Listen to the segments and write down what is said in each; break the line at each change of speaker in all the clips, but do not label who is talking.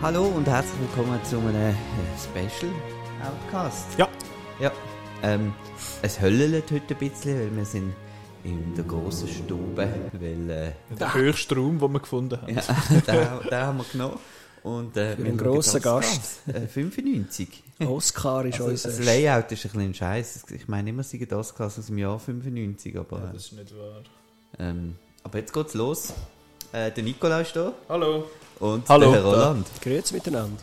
Hallo und herzlich willkommen zu einem äh, Special Outcast.
Ja,
Ja, ähm, es höllert heute ein bisschen, weil wir sind in der grossen Stube, weil äh,
der höchste Raum, den wir gefunden haben.
ja, den, den haben wir genommen. Und, äh,
Für
wir
einen
schauen
grossen
das
Gast.
Gas. Äh, 95.
Oscar ist
Also, das
unser.
Layout ist ein bisschen scheiße. Ich meine immer, sie sind das aus dem Jahr 95, aber,
ist nicht wahr.
ähm, aber jetzt geht's los. Äh, der Nikola ist da
Hallo.
und
Hallo.
der Herr Roland.
Grüezi miteinander.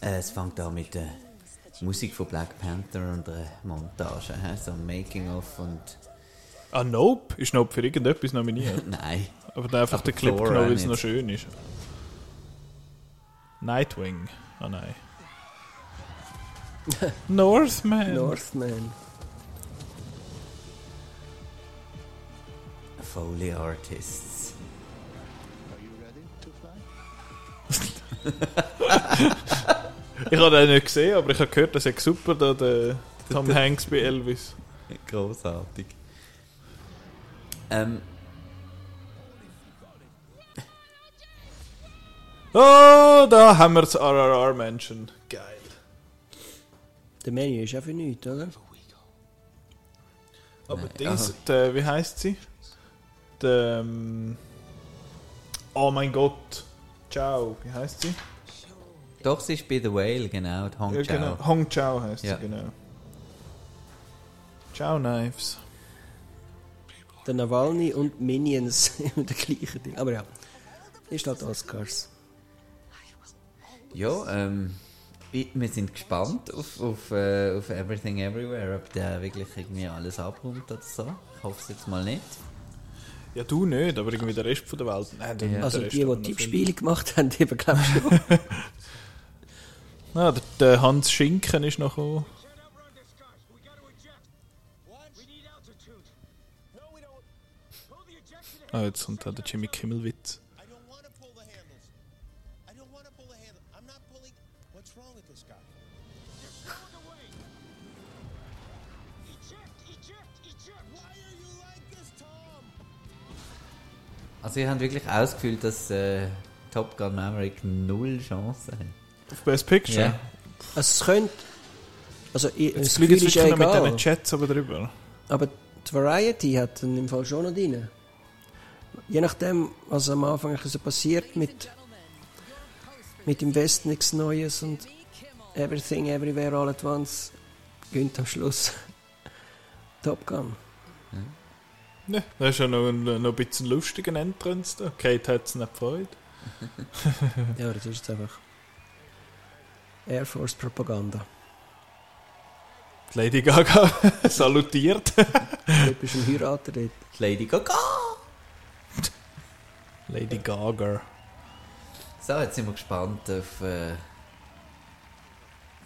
Äh, es fängt an mit der Musik von Black Panther und der Montage, hä? so Making-of und...
Ah, Nope? Ist Nope für irgendetwas nominiert?
Nein.
Aber dann einfach
Aber
den Clip
Thor
genommen, weil es
nicht.
noch schön ist. Nightwing. Ah nein. Northman.
Northman.
Foley Artists.
Ich habe den nicht gesehen, aber ich habe gehört, der sagt super, da der Tom Hanks bei Elvis.
Großartig. Ähm,
Oh, da haben wir das RRR-Menschen. Geil.
Der Menü ist auch für nichts, oder?
Aber
Nein,
Dings,
aha.
der, wie heißt sie? Der, ähm, oh mein Gott. Ciao, wie heißt sie?
doch, sie ist bei The Whale, genau, die Hong
Ja,
Chao.
genau. Hong Chao heißt
Ja.
sie, genau. Ciao Knives.
Der Nawalny und Minions immer der gleiche Ding. Aber ja, ist halt Oscars.
Ja, ähm, ich- wir sind gespannt auf, auf, äh, auf Everything Everywhere, ob der wirklich irgendwie alles abräumt oder so. Ich hoffe es jetzt mal nicht.
Ja, du nicht, aber irgendwie der Rest von der Welt. Nein, der, der
Also
Rest
die,
aber
die
noch
Tippspiele gemacht haben, die glaube ich schon.
viel. Ah, der, der Hans Schinken ist noch gekommen.
Shut up, run this cars. We got to eject. What? We need altitude. No, we don't. Pull the ejection
Ah, jetzt kommt auch der Jimmy Kimmelwitz.
I don't want to pull the handles. I don't want to pull the handle. I'm not pulling. What's wrong with this guy?
out of the way. Eject, eject, eject.
Why
What?
are you like this, Tom?
Also, ihr habt wirklich ausgefühlt, dass äh, Top Gun Maverick null Chance hat.
Auf Best Picture.
Ja.
Also es könnte... Also ich,
Jetzt
das
fliegen
Gefühl ist
sie
ja
wirklich noch mit diesen
egal.
Jets aber drüber.
Aber die Variety hat ihn im Fall schon noch drin. Je nachdem, was am Anfang ein bisschen so passiert mit, mit im Westen nichts Neues und Everything, Everywhere, All at Once, gönnt am Schluss Top Gun.
Ne, das ist ja noch, ein- noch ein bisschen lustiger Entrance da. Kate hat es nicht gefreut.
Ja, das ist jetzt einfach Air Force Propaganda.
Die Lady Gaga salutiert.
Du bist ein Heirater dort.
Die Lady Gaga!
Lady Gaga.
So, jetzt sind wir gespannt auf, äh,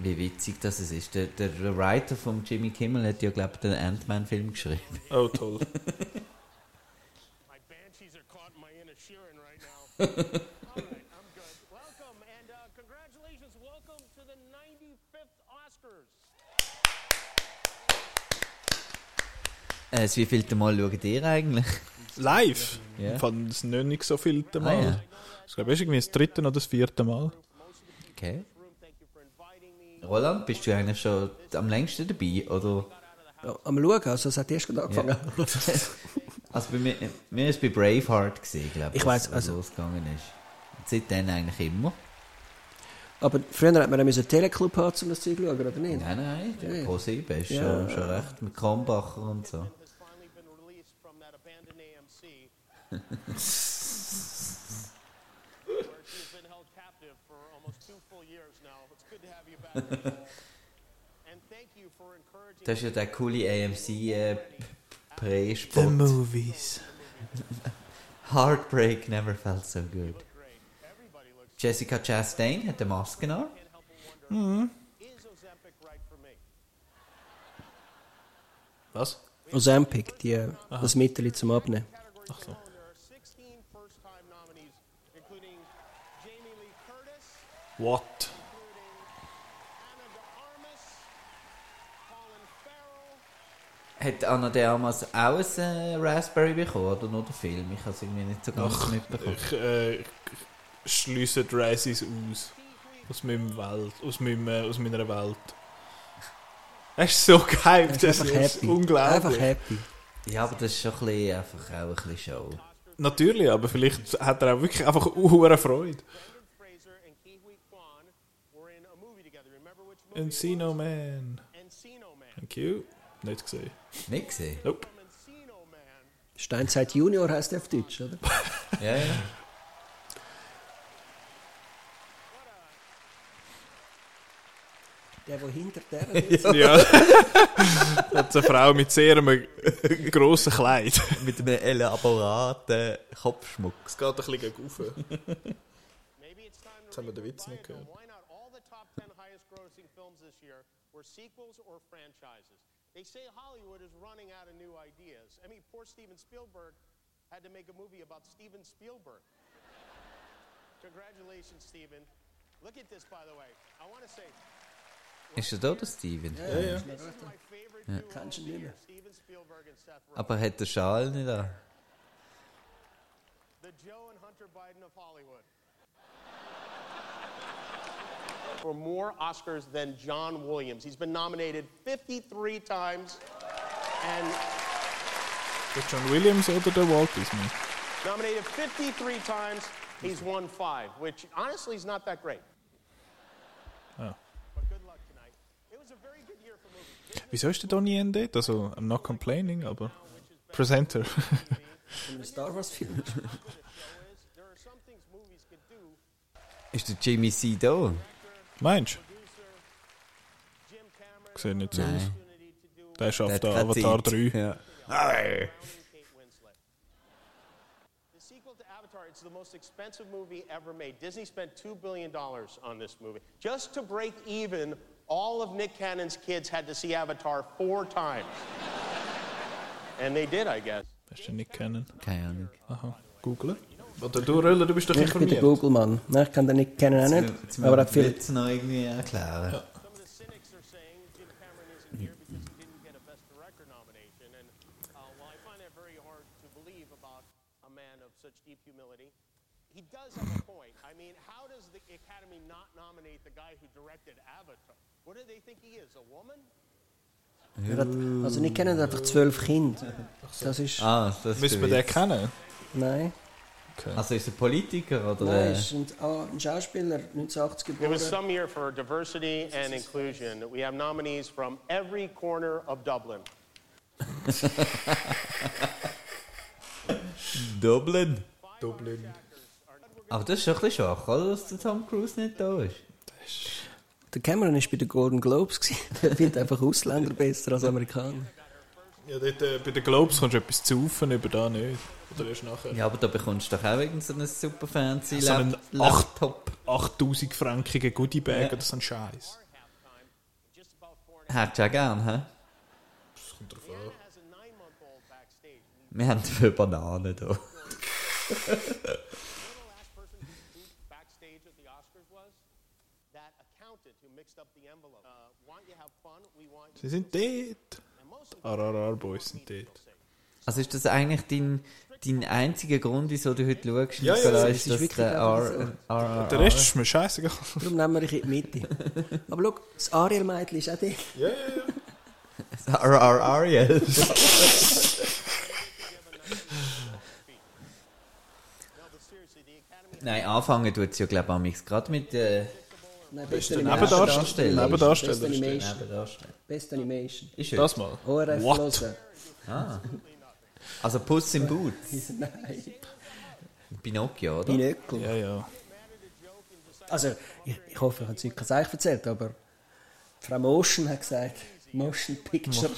wie witzig das es ist. Der, der Writer von Jimmy Kimmel hat ja, glaube ich, den Ant-Man-Film geschrieben.
Oh, toll.
My banshees are caught in my inner Sheeran right now. All right, I'm good. Welcome and uh, congratulations. Welcome to the 95th Oscars.
Äh, wie viel Mal schaut ihr eigentlich?
Live?
Ja.
Ich fand es noch nicht so viel Mal.
Ah, ja.
Ich glaube, es ist irgendwie das dritte oder das vierte Mal.
Okay.
Room, thank you for inviting me.
Roland, bist du eigentlich schon am längsten dabei? Oder?
Ja, am Schauen, also es hat erst gerade angefangen.
also bei mir, mir ist bei Braveheart gesehen, glaube
Ich
was-
weiss,
was
also-
losgegangen ist. Und seitdem eigentlich immer.
Aber früher hat man ja einen Teleclub haben, um das Zeug zu schauen, oder nicht?
Nein, nein, der
Ja.
Pro 7 ist
Ja.
schon, schon recht mit Kambacher und so.
has finally been released from that abandoned AMC. where she's been held captive for almost two full years now. It's good to have you back. Rachel. and thank you for encouraging
Das ist ja der coole äh, AMC-Prä-Spot.
Movies.
Heartbreak never felt so good.
great. Everybody looks
Jessica Chastain hat eine Maske an.
can't help but wonder is Ozempic right for me?
Was?
Ozempic, die, äh, das Mittel zum Abnehmen.
Categories
Ach so.
alone, there are 16 first time nominees, including Jamie Lee Curtis,
What?
including Anna de Armas, Colin Farrell.
Hat Anna de Armas eh, auch ein äh, Raspberry bekommen oder nur der Film? Ich habe es irgendwie nicht so ganz mitbekommen.
Ich, äh, ich schliessen die Razzies aus. Aus meinem Welt, aus, meinem, äh, aus meiner Welt. Er ist so gehypt,
Er ist
das
einfach
ist
happy.
unglaublich.
Einfach happy.
Ja, aber das ist schon ein bisschen, einfach auch ein bisschen Show.
Natürlich, aber vielleicht hat er auch wirklich einfach hohe Freude.
Brendan Fraser and Kiwi Kwan were in a movie together. Remember which movie?
Encino Man.
Encino Man.
Thank you. Nicht gesehen.
Nicht gesehen?
Nope.
From Encino Man.
Steinzeit Junior heißt er auf Deutsch, oder?
Ja, ja.
Der, der hinter der ist.
Ja. das ist eine Frau mit sehr einem grossen Kleid.
Mit einem elaboraten Kopfschmuck.
Es geht ein bisschen gegen rauf.
Maybe it's time
Jetzt
to
haben wir den
rethink
Witz nicht
Viacom.
gehört.
Why not all the top 10 highest grossing films this year were sequels or franchises? They say Hollywood is running out of new ideas. I mean, poor Steven Spielberg had to make a movie about Steven Spielberg. Congratulations, Steven. Look at this, by the way. I want to say
Ist er da, der Steven?
this is my favorite duo
Kannst du
of the
nicht mehr.
year, Steven Spielberg and Seth Rogen.
Aber er hat den Schal nicht an.
The Joe and Hunter Biden of Hollywood. For more Oscars than John Williams. He's been nominated 53 times and
Der John Williams oder der Walt Disney?
nominated 53 times. He's won five, which honestly is not that great.
Ah.
But good luck tonight. It was a very good year for movies.
Wieso ist der Donnie Yen dort? Also, I'm not complaining, aber... Presenter.
Ein Star Wars-Film.
Is there are some things movies could do.
Ist der Jimmy C. da?
Meinst
Producer Jim Cameron
du? Sieht nicht so
Nein.
aus.
opportunity to do
Der schafft
Der
da
hat keine
Avatar
Zeit.
3.
Ja.
Nein.
Crowning Kate Winslet. The sequel to Avatar, it's the most expensive movie ever made. Disney spent $2 billion on this movie. Just to break even, all of Nick Cannon's kids had to see Avatar four times. and they did, I guess.
Das ist ja nicht kennen.
Keine Ahnung.
Aha. Googlen. Oder du, Röller, du bist doch
Ich bin der
informiert.
Google-Mann. Nein, ich kann den nicht kennen, auch nicht. Aber er hat viel.
Witz noch irgendwie erklären.
Some of the cynics are saying Jim Cameron isn't here because he didn't get a Best Director nomination. And uh, while I find that very hard to believe about a man of such deep humility, he does have a point. I mean, how does the Academy not nominate the guy who directed Avatar? What do they think he is, a woman?
Er hat, also nicht kennen, er hat einfach zwölf Kinder. Das ist...
Ah, das ist
Müssen wir
der
den
Witz.
kennen?
Nein.
Okay.
Also ist er Politiker oder?
Nein,
äh,
ist ein, ah, ein Schauspieler, 1980
It was
geboren.
some year for diversity and inclusion. We have nominees from every corner of Dublin.
Dublin.
Dublin.
Aber das ist schon ein bisschen schwach, oder? Dass der Tom Cruise nicht da ist.
Der Cameron war bei den Golden Globes. gewesen. Der findet einfach Ausländer besser als Amerikaner.
Ja, dort, äh, bei den Globes kannst du etwas zaufen, über da nicht. Oder erst nachher.
Ja, aber da bekommst du doch auch irgend so einen super fancy
So einen
Lapt- Laptop.
8000 frankigen Goodiebag
Ja.
oder so ein Scheiß.
Halftime, just about four and a half.
Hättest du auch gerne, hä?
Das kommt drauf
Anna has a nine-month-old backstage.
Wir haben viele Bananen da.
You know the last person who spooked backstage at the Oscars was? That accountant who mixed up the envelope. Uh, want you have fun? We want
Sie
you.
sind dort.
And most importantly,
RRR Boys sind dort.
Also ist das eigentlich dein, dein einziger Grund, wieso du heute schaust,
Ja, ja,
Nicola,
das
ist
ist, dass
wirklich
der
einfach
R, RRR
Der Rest ist mir scheißegal.
Darum nehmen wir dich in die Mitte. Aber schau, das Ariel-Mädchen ist auch da.
Ja, ja, ja.
RRR Ariel.
No, but seriously, the Academy
Nein, anfangen tut es ja, glaube ich, amix. gerade mit äh,
Nein, Best
Nebendarsteller.
Darsteller.
Nebendarsteller.
Best Animation.
Nebendarsteller.
Best Animation.
Ist
Das mal.
ORF
What?
hören.
Also Puss im Boots.
Nein.
Pinocchio, oder?
Pinöckel.
Ja, ja.
Also, ich, ich hoffe, ich habe es heute kein Eich erzählt, aber Frau Motion hat gesagt, Motion Picture.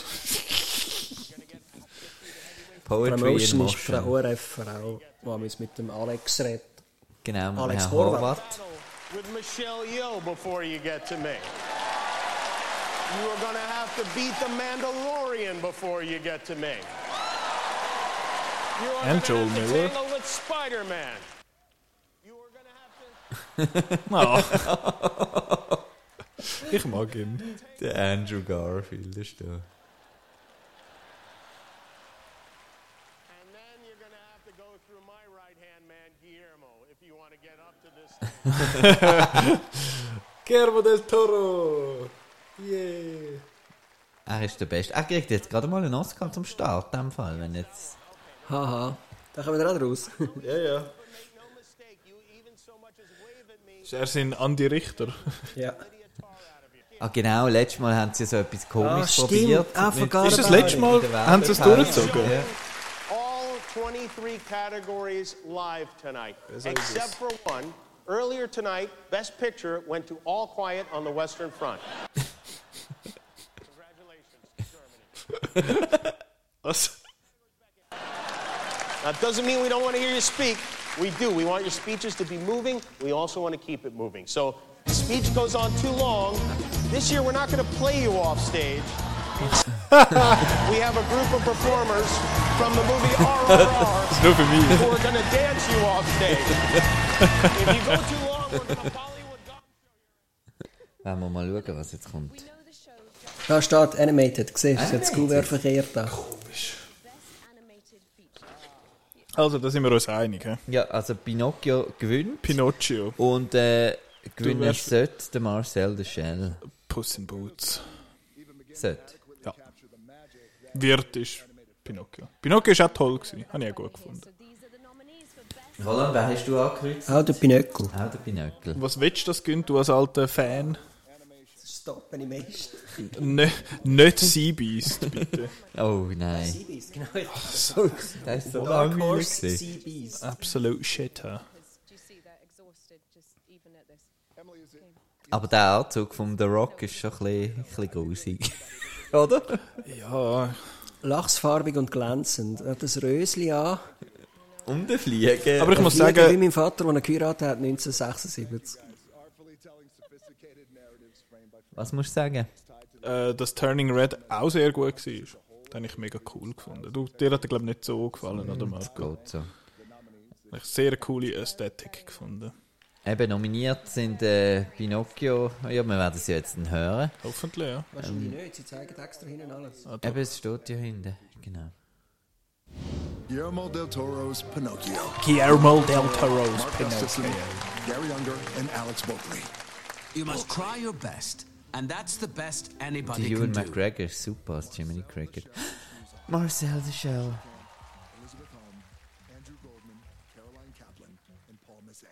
Frau
Poetry in
Motion ist
Motion.
Frau ORF-Frau, die uns mit dem Alex redet.
Genau, mit
Alex
Herrn
Horvath.
Horvath.
with Michelle Yeoh before you get to me. You are going to have to beat the Mandalorian before you get to me. You are
And
gonna
Joel
have to
Miller.
tangle with Spider-Man. You are going to have to
Ah. Ich mag ihn.
Der Andrew Garfield ist da.
And then you're going to have to go through my right hand man, Guillermo, if you want to get up to this
Guillermo del Toro! Yeah!
Er ist der Beste. Er kriegt jetzt gerade mal einen Oscar zum Start, in dem Fall, wenn jetzt...
Haha, da kommen wir auch raus.
Ja, ja.
Make no mistake, you even so much as wave at me,
Ist er sein Andi Richter?
ja.
I'll get tar
Ah genau,
out of you.
letztes Mal haben sie so etwas komisch
Ah, stimmt.
probiert.
Ah, vergessen.
Ist das letzte Mal,
Mit der
haben sie es
Werbepause.
durchgezogen?
Ja.
all 23 categories live tonight, except for one. Earlier tonight, Best Picture went to All Quiet on the Western Front. Congratulations, Germany.
Was?
Now, it doesn't mean we don't want to hear you speak. We do. We want your speeches to be moving. We also want to keep it moving. So, the speech goes on too long. This year, we're not going to play you off stage. we have a group of performers from the movie RRR.
Nur für mich.
We're gonna dance you off stage. if you go too long, we're gonna Bollywood gum.
Wollen wir mal schauen, was jetzt kommt.
know the show just
Da steht Animated, siehst du, jetzt
Animated.
Google verkehrt da.
best animated feature.
Also, da sind wir uns einig. He?
Ja, also Pinocchio gewinnt.
Pinocchio.
und äh, gewinnen
wärst-
sollte der Marcel de Shell.
Puss in Boots.
Sollte.
Ja. Wirt ist Pinocchio. Pinocchio ist auch toll. Gewesen. Habe ich auch gut gefunden.
So these are the nominees for best
Roland, wer hast du angekreuzt?
Auch der Pinöckel.
Auch der Pinocchio.
Was willst du, das gönnt du als alter Fan?
Stop Animation.
N nicht Seabeast, bitte.
Oh nein.
Seabees, genau.
Das ist so
Dark
langweilig.
Horse
gewesen.
Seabees.
Absolute shit. he?
because do you see they're exhausted just even at this?
Aber der Anzug von The Rock ist schon ein bisschen, ein bisschen grusig. Oder?
Ja,
Lachsfarbig und glänzend. Er hat das Rösli an.
Um den Fliegen.
aber ich muss
Flieger Wie
sagen,
mein Vater, der ihn geheiratet hat, 1976.
Was musst du sagen?
äh, dass Turning Red auch sehr gut war. Das habe ich mega cool gefunden. Du, dir hat er, glaube ich, nicht so gefallen,
Mhm.
oder Marco?
Geht so.
Ich habe sehr coole Ästhetik gefunden.
Eben nominiert sind äh, Pinocchio. Ja, wir werden es ja jetzt dann hören.
Hoffentlich, ja.
Wahrscheinlich nicht, sie zeigen extra hinten alles.
Eben, es steht ja hinten. Genau.
Guillermo del Toro's Pinocchio.
Guillermo del Toro's
Mark Gustafson, Gary Unger, and Alex Boakley.
You must try your best, and that's the best anybody
Ah, Die
can
Ewan
do.
McGregor ist super als Jiminy Cricket. Marcel de Shell.
Elizabeth Holm, Andrew Goldman, Caroline Kaplan, and Paul Mazzei.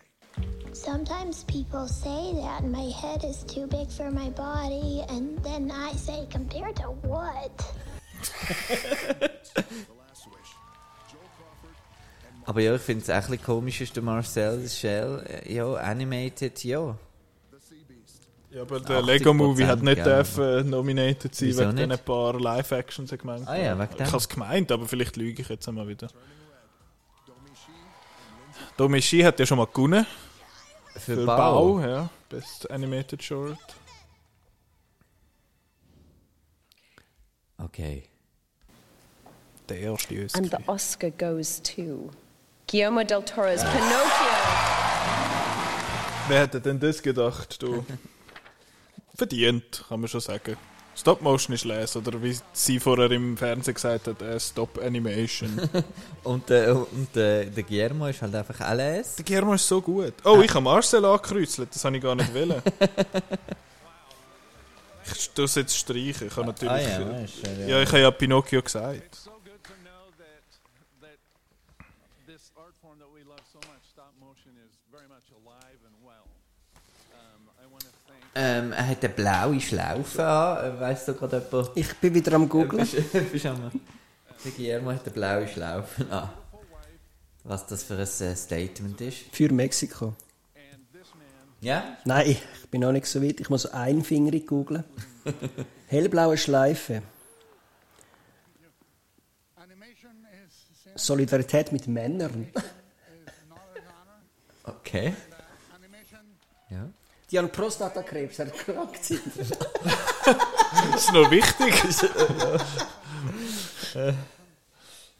Sometimes people say that my head is too big for my body, and then I say, compared to what?
Aber ja, ich finde es auch ein bisschen komisch, ist der Marcel de Shell. äh, Ja, animated, ja.
Ja, aber der
80%
Lego-Movie hat nicht
gell?
dürfen nominated sein
Wieso
wegen
nicht?
diesen paar Live-Action-Segmenten.
Ah ja, wegen
ich
dem.
habe es gemeint, aber vielleicht lüge ich jetzt einmal wieder. Domichi hat ja schon mal gewonnen.
Für,
Für
Bau.
Bau, ja. Best Animated Short.
Okay.
Der erste ist.
And the Oscar goes to Guillermo del Toro's Pinocchio.
Wer hätte denn das gedacht, du? Verdient, kann man schon sagen. Stop-Motion ist les, oder wie sie vorher im Fernsehen gesagt hat, äh, Stop-Animation.
Und, äh, und äh, der Guillermo ist halt einfach alles.
Der Guillermo ist so gut. Oh, ich habe Marcel angekreuzelt, das habe ich gar nicht wollen. Ich tue es jetzt streichen, ich habe natürlich...
Ah ja, weißt du, ja.
ja, ich habe ja Pinocchio gesagt.
so good to know that that this art form that we love so much, stop motion, is very much alive and well. Um, I want to thank.
Ähm, er hat eine blaue Schlaufe an. Äh, Weißt du gerade jemand?
Ich bin wieder am Googlen.
Bist- bist am- Der Guillermo hat eine blaue Schlaufe an. Ah. Was das für ein äh, Statement ist.
Für Mexiko.
Ja?
Nein, ich bin noch nicht so weit. Ich muss einfingerig googlen. Hellblaue Schleife. Solidarität mit Männern.
Okay. Ja.
Die haben Prostatakrebs erkrankt sind.
Das ist noch wichtig.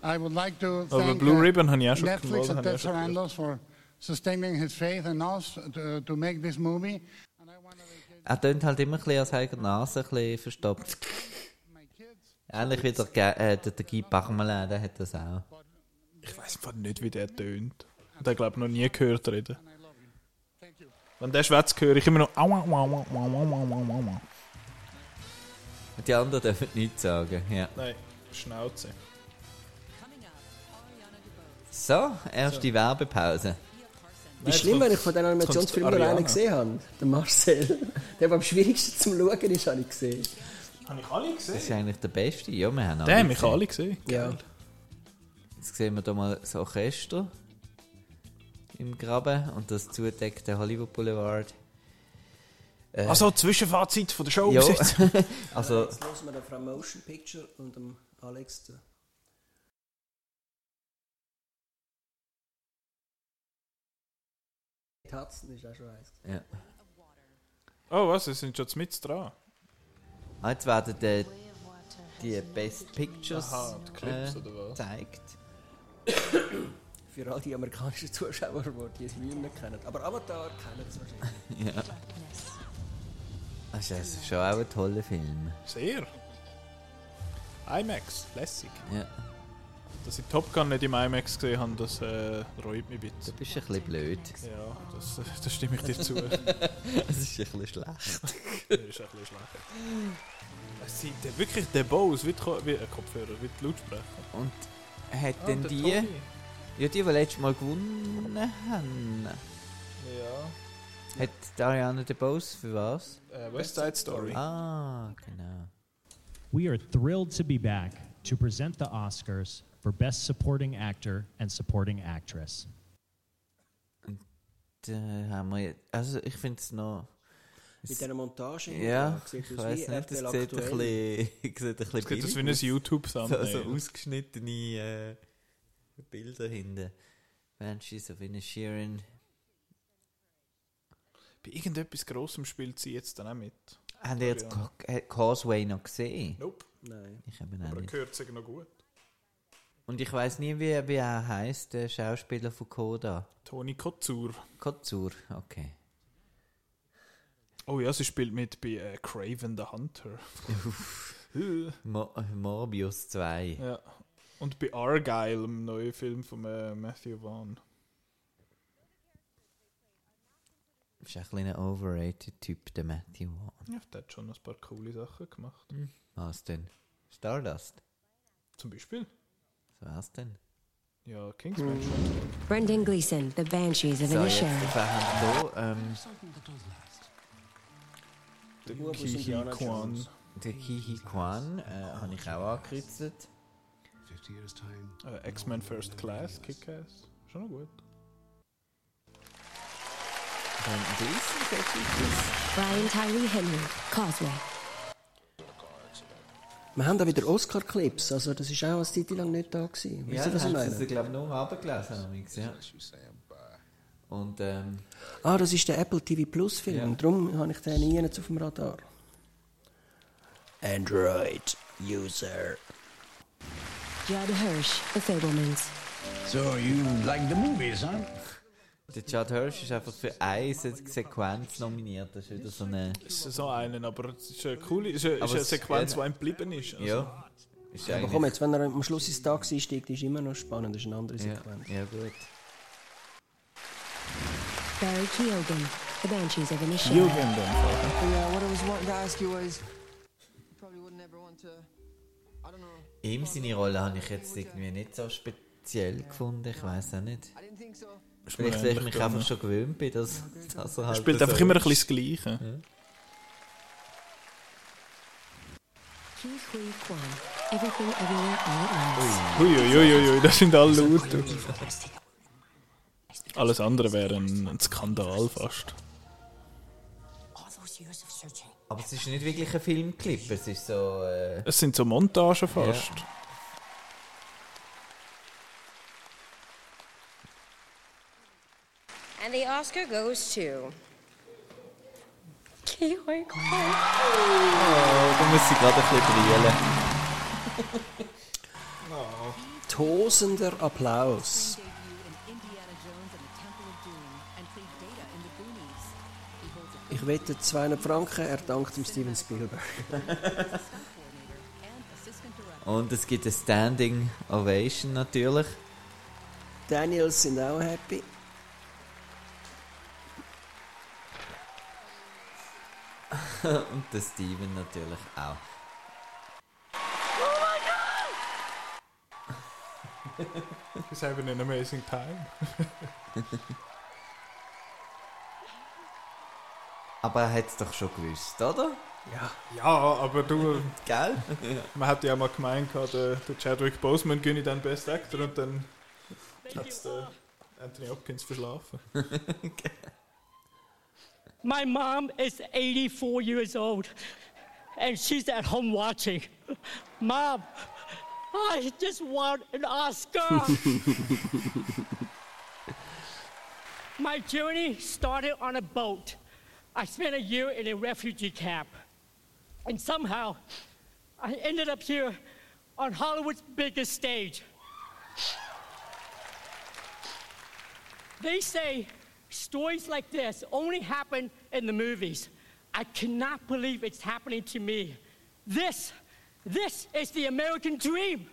I would like to
Aber
thank
Blue
uh,
Ribbon habe ich auch schon
Netflix
gewollt,
and Ted
habe ich auch schon gewollt.
Sarandos for sustaining his faith and us to, to make this movie. And I want to
Er tönt halt immer ein bisschen als eigene Nase ein bisschen verstopft.
my kids.
Ähnlich wie der, Ge- äh, der, der Guy Parmelin, der hat das auch.
Ich weiß einfach nicht, wie der tönt. Und ich glaube noch nie gehört reden.
Thank you.
Wenn der schwätzt, höre ich immer noch. Au, au, au, au, au, au, au, au, au.
Und die anderen dürfen nichts sagen. Ja.
Nein, Schnauze.
So, erste Werbepause.
Ist schlimm, wenn ich von diesen Animationsfilmen nur einen gesehen habe. Der Marcel. Der, der am schwierigsten zum Schauen ist, habe ich gesehen.
Habe ich alle gesehen?
Das ist eigentlich der beste. Ja, wir haben
Den haben wir alle gesehen.
Ja.
Jetzt sehen wir hier mal das Orchester im Graben und das zudeckte Hollywood Boulevard. Äh,
Also, Zwischenfazit von der Show
ja.
bis jetzt.
also,
Äh, Jetzt hören wir den Frau Motion Picture und dem Alex. den- Tatzen ist auch schon eins.
ja.
Oh, was? Sie sind schon mit dran.
Ah, Jetzt werden die, die Best Pictures
Aha, die Clips
äh,
oder was?
gezeigt.
Für all die amerikanischen Zuschauer, die dieses Meme nicht kennen. Aber Avatar kennen es wahrscheinlich.
Ja. Das ist also schon auch ein toller Film.
Sehr. IMAX, lässig.
Ja.
Dass ich Top Gun nicht im IMAX gesehen habe, das äh, reut mich ein
Du
bisschen.
bist ein bisschen blöd.
Ja, das, äh, das stimme ich dir zu. das
Das ist ein bisschen schlecht.
ist ein bisschen schlecht. Es sind äh, wirklich der Bose, wie, die Ko- wie ein Kopfhörer, wie die Lautsprecher.
Und hat
Ah,
denn
der
die, ja
Tommy.
die, die letztes Mal gewonnen haben,
Ja.
hat Dariana DeBose für was?
Äh, West Side Story.
Ah, genau.
We are thrilled to be back to present the Oscars for Best Supporting Actor and Supporting Actress.
Da haben wir jetzt, also ich finde es noch...
Mit dieser Montage.
Ja,
hinten,
ich
sieht aus
weiß
wie
nicht, das sieht
RTL
ein bisschen,
aktuell.
sieht ein bisschen
Das sieht aus wie ein
billig aus.
YouTube-Thumbnail.
So, so ausgeschnittene äh, Bilder hinten. Banshees of Inisherin.
Bei irgendetwas Grossem spielt sie jetzt dann auch mit.
Habt ihr jetzt
Dorian.
Ca- äh, Causeway noch gesehen?
Nope.
Nein.
Ich eben auch
Aber er
nicht.
gehört sich noch gut.
Und ich weiß nie, wie, wie er heißt, der Schauspieler von Koda.
Toni Kotzur.
Kotzur, okay.
Oh ja, sie spielt mit bei äh, Craven the Hunter. Äh,
Mo Morbius 2.
ja. Und bei Argyle, dem neuen Film von äh, Matthew Vaughn.
Ist ein kleiner overrated Typ, der Matthew Vaughn.
Ja, der hat schon ein paar coole Sachen gemacht.
Mhm. Was denn? Stardust?
Zum Beispiel?
Was denn?
Ja, Kingsman.
Brendan Gleeson, The Banshees of
So, jetzt
Inisherin.
haben wir hier ähm,
Der
Bub aus
Kihi
Indiana
Kwan.
Jones.
den Kihi Kwan, äh, habe ich auch angekritzt.
Äh, X-Men First Class, Kick-Ass. Schon noch gut.
Dann Gleason, das
Brian Tyree Henry, Causeway.
Wir haben da wieder Oscar-Clips. Also, das ist auch eine Zeit lang nicht da. Gewesen. Wisst
Ja,
ihr, was
das
ich
haben
meine?
sie, glaube ich, nur runtergelesen. Amix, Ja. Und ähm,
Ah, das ist der Apple TV Plus Film.
Ja.
Darum habe ich den nie jetzt auf dem Radar. Android User.
Judd Hirsch, The Fablemans.
So you like the movies, huh?
der Chad Hirsch ist einfach für eine Se- Sequenz nominiert. Das ist wieder so eine.
Es ist so einen, aber es ist eine coole es ist eine,
Aber
ist eine
es-
Sequenz,
ja,
die einem geblieben ist. Also,
Ja. Ist
Aber komm jetzt, wenn er am Schluss ins Taxi steigt, ist immer noch spannend. Das ist eine andere
Ja,
Sequenz.
ja, gut.
Barry Keoghan, The Banshees of Inisherin.
Jugend einfach.
Yeah, what I was wanting to ask you was, you probably wouldn't ever want to. I don't know.
Ihm seine Rolle habe ich jetzt irgendwie nicht so speziell gefunden. Ich weiß auch nicht.
I didn't think so.
Ist mir
Vielleicht, weil ich
ähnlich
mich
gegangen.
einfach schon gewöhnt bin, dass, dass er halt.
Er spielt
so
einfach immer ein
ist.
bisschen das Gleiche.
Ki Hui Kwan, Everything Everywhere All at Once.
Huiuiuiui, das sind alle Laute. Alles andere wäre ein, ein Skandal fast.
All those years of searching.
Aber es ist nicht wirklich ein Filmclip, es ist so. Äh,
Es sind so Montagen fast.
And the Oscar goes to. Ki Hui Kwan.
da muss ich gerade ein bisschen brillen.
Tosender Applaus. Ich wette 200 Franken, er dankt dem Steven Spielberg.
Und es gibt eine Standing Ovation natürlich.
Daniels sind auch happy.
Und der Steven natürlich auch.
He's having an amazing time.
Aber er hat es doch schon gewusst, oder?
Ja. Ja, aber du.
Gell?
Man hat ja auch mal gemeint, gehabt, der, der Chadwick Boseman gönne ich dann Best Actor und dann hat's der Anthony Hopkins verschlafen.
My mom is 84 years old and she's at home watching. Mom, I just won an Oscar. My journey started on a boat. I spent a year in a refugee camp. And somehow, I ended up here on Hollywood's biggest stage. They say stories like this only happen in the movies. I cannot believe it's happening to me. This, this is the American dream.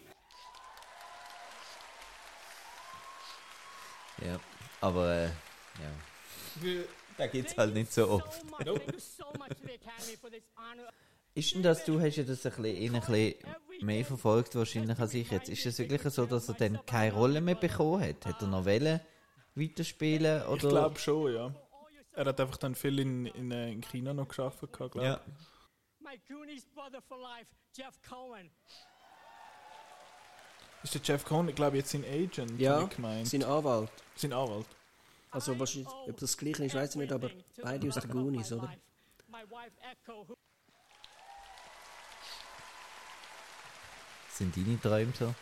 Ja, aber äh, ja. Da geht's halt nicht so oft.
Thank you so much to the Academy for this honor.
Ist denn das, du hast ja das ein bisschen, ihn ein bisschen mehr verfolgt wahrscheinlich als ich jetzt. Ist es wirklich so, dass er dann keine Rolle mehr bekommen hat? Hat er noch Welle weiterspielen? Oder?
Ich glaube schon, ja. Er hat einfach dann viel in, in, äh, in China noch geschafft, glaube ich.
Ja.
My Goonies brother for life, Jeff Cohen.
Ist der Jeff Cohen, ich glaube, jetzt sein Agent,
Ja,
hab ich gemeint.
sein Anwalt.
Sein Anwalt.
Also wahrscheinlich, ob das gleiche ist, weiß ich nicht, aber beide aus den Goonies, oder?
My wife Echo, who
Sind deine Träume so?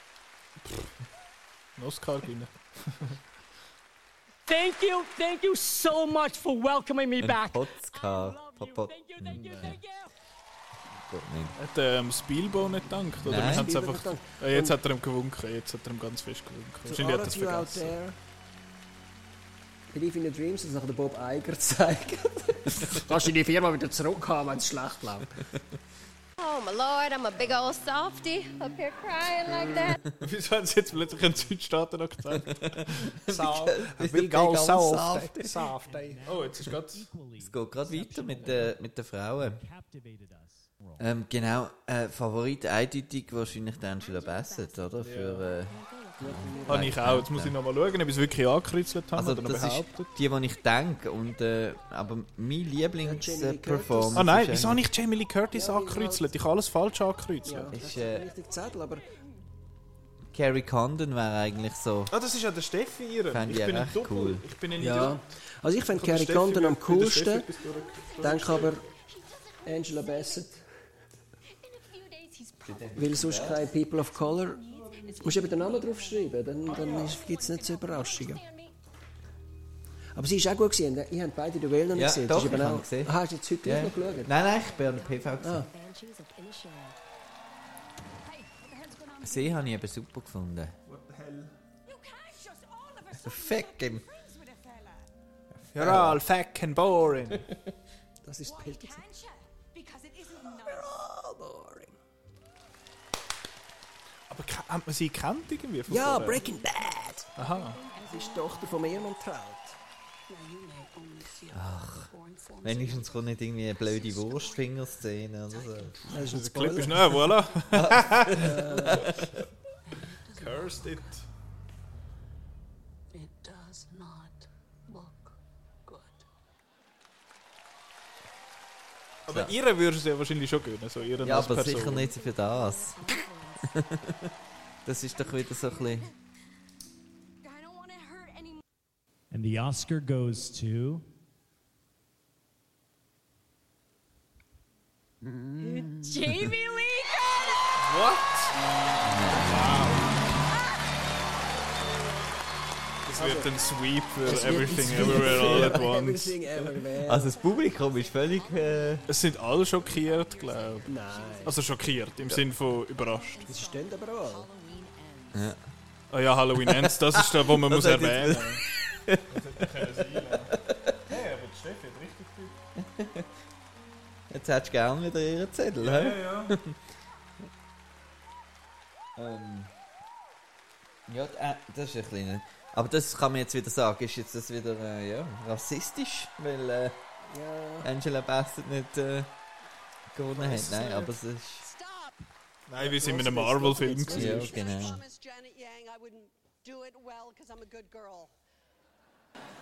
Ein Oscar gewinnen.
Thank you, thank you so much for welcoming me
Ein
back.
Potzka. Popo.
Mm.
Nein. Gott, nein.
Hat er ähm, Spielbau nicht gedankt? Oder
Nein.
wir haben's
Spielbo
einfach,
nicht
äh, jetzt hat er ihm gewunken, jetzt hat er ihm ganz fest gewunken.
To all
Wahrscheinlich hat er es
of you out
vergessen.
there, believe in your dreams, das nach der Bob Eiger gezeigt. Kannst du die Firma wieder zurückhaben, wenn es schlecht läuft.
Oh my lord, I'm a big old softy up here crying like that.
Wieso haben sie jetzt plötzlich einen Südstaaten noch gezeigt?
Big old soft.
Soft. Oh, jetzt ist gerade...
Es geht gerade weiter mit, der mit den Frauen. Ähm, genau, äh, Favorit eindeutig wahrscheinlich der Angela Bassett, oder? Für, äh,
Habe ich auch, jetzt muss ich nochmal schauen, ob ich es wirklich angekritzelt habe
Also
oder noch
das ist
behauptet.
die, die ich denke, und, äh, aber mein Lieblingsperformance...
Ah nein, wieso habe ich Jamie Lee Curtis angekreuzelt? Ich habe alles falsch angekreuzelt.
Ist, äh,
Richtig Zettel, aber
Carrie Condon wäre eigentlich so...
Ah, das ist ja der Steffi ihre.
Fände ich
ich bin
ja
ein
recht
Doppel.
cool.
Ich bin ein
ja.
Idiot.
Also ich fände
Von der
Carrie
Steffi
Condon am
wird bei der Steffi
coolsten.
etwas durchgezogen.
Denke aber Angela Bassett. Weil sonst keine People of Color. Musst du eben den Namen draufschreiben, dann, dann gibt es nicht so Überraschungen. Aber sie ist auch gut gesehen. Ihr habt beide die Wellen noch
Ja,
gesehen.
doch,
sie ist
ich
eben
habe
auch-
gesehen.
Ah, hast du jetzt heute gleich
Ja.
noch geschaut?
Nein, nein, ich bin an der PV. gewesen.
Banshees of Inisherin.
Sie habe ich eben super gefunden. Fucking...
You're all fucking boring.
Das ist Pilgerton.
Aber ke- hat man sie gekannt irgendwie von
Ja,
vorher?
Breaking Bad!
Aha.
Sie ist die Tochter von Ehrmann Traut.
Ach, wenigstens kommt nicht irgendwie eine blöde Wurstfingerszene oder so.
Das ist ein
Der Clip
Spoiler.
ist nah, voilà. Cursed it.
It does not look good.
Aber
Ja.
ihre würde es ja wahrscheinlich schon gönnen, so ihren
Ja,
als
aber
Person.
sicher nicht für das. das ist doch wieder so ein bisschen...
And the Oscar goes to.
Jamie Lee
Es wird ein Sweep
Es
für
wird ein
Everything
Sweep
Everywhere
für
All at Once.
Everything Everywhere.
Also das Publikum ist völlig... Äh,
Es sind alle schockiert, glaube ich.
Nein.
Also schockiert, im Sinn von überrascht.
Sie stehen aber auch.
Ja.
Ah ja, Halloween Ends, das ist der, wo man
Das
muss
hat jetzt-
erwähnen.
Hey,
aber Steffi hat richtig viel.
Jetzt hättest du gerne wieder ihren Zettel,
Ja,
hä?
ja,
ähm, ja, äh, das ist ein kleiner... Aber das kann man jetzt wieder sagen, ist jetzt das wieder äh, ja, rassistisch, weil äh,
Ja.
Angela Bassett nicht äh, gewonnen hat. Nein, aber es ist.
Nein, wir sind in einem Marvel-Film.
Ja,
gewesen.
genau.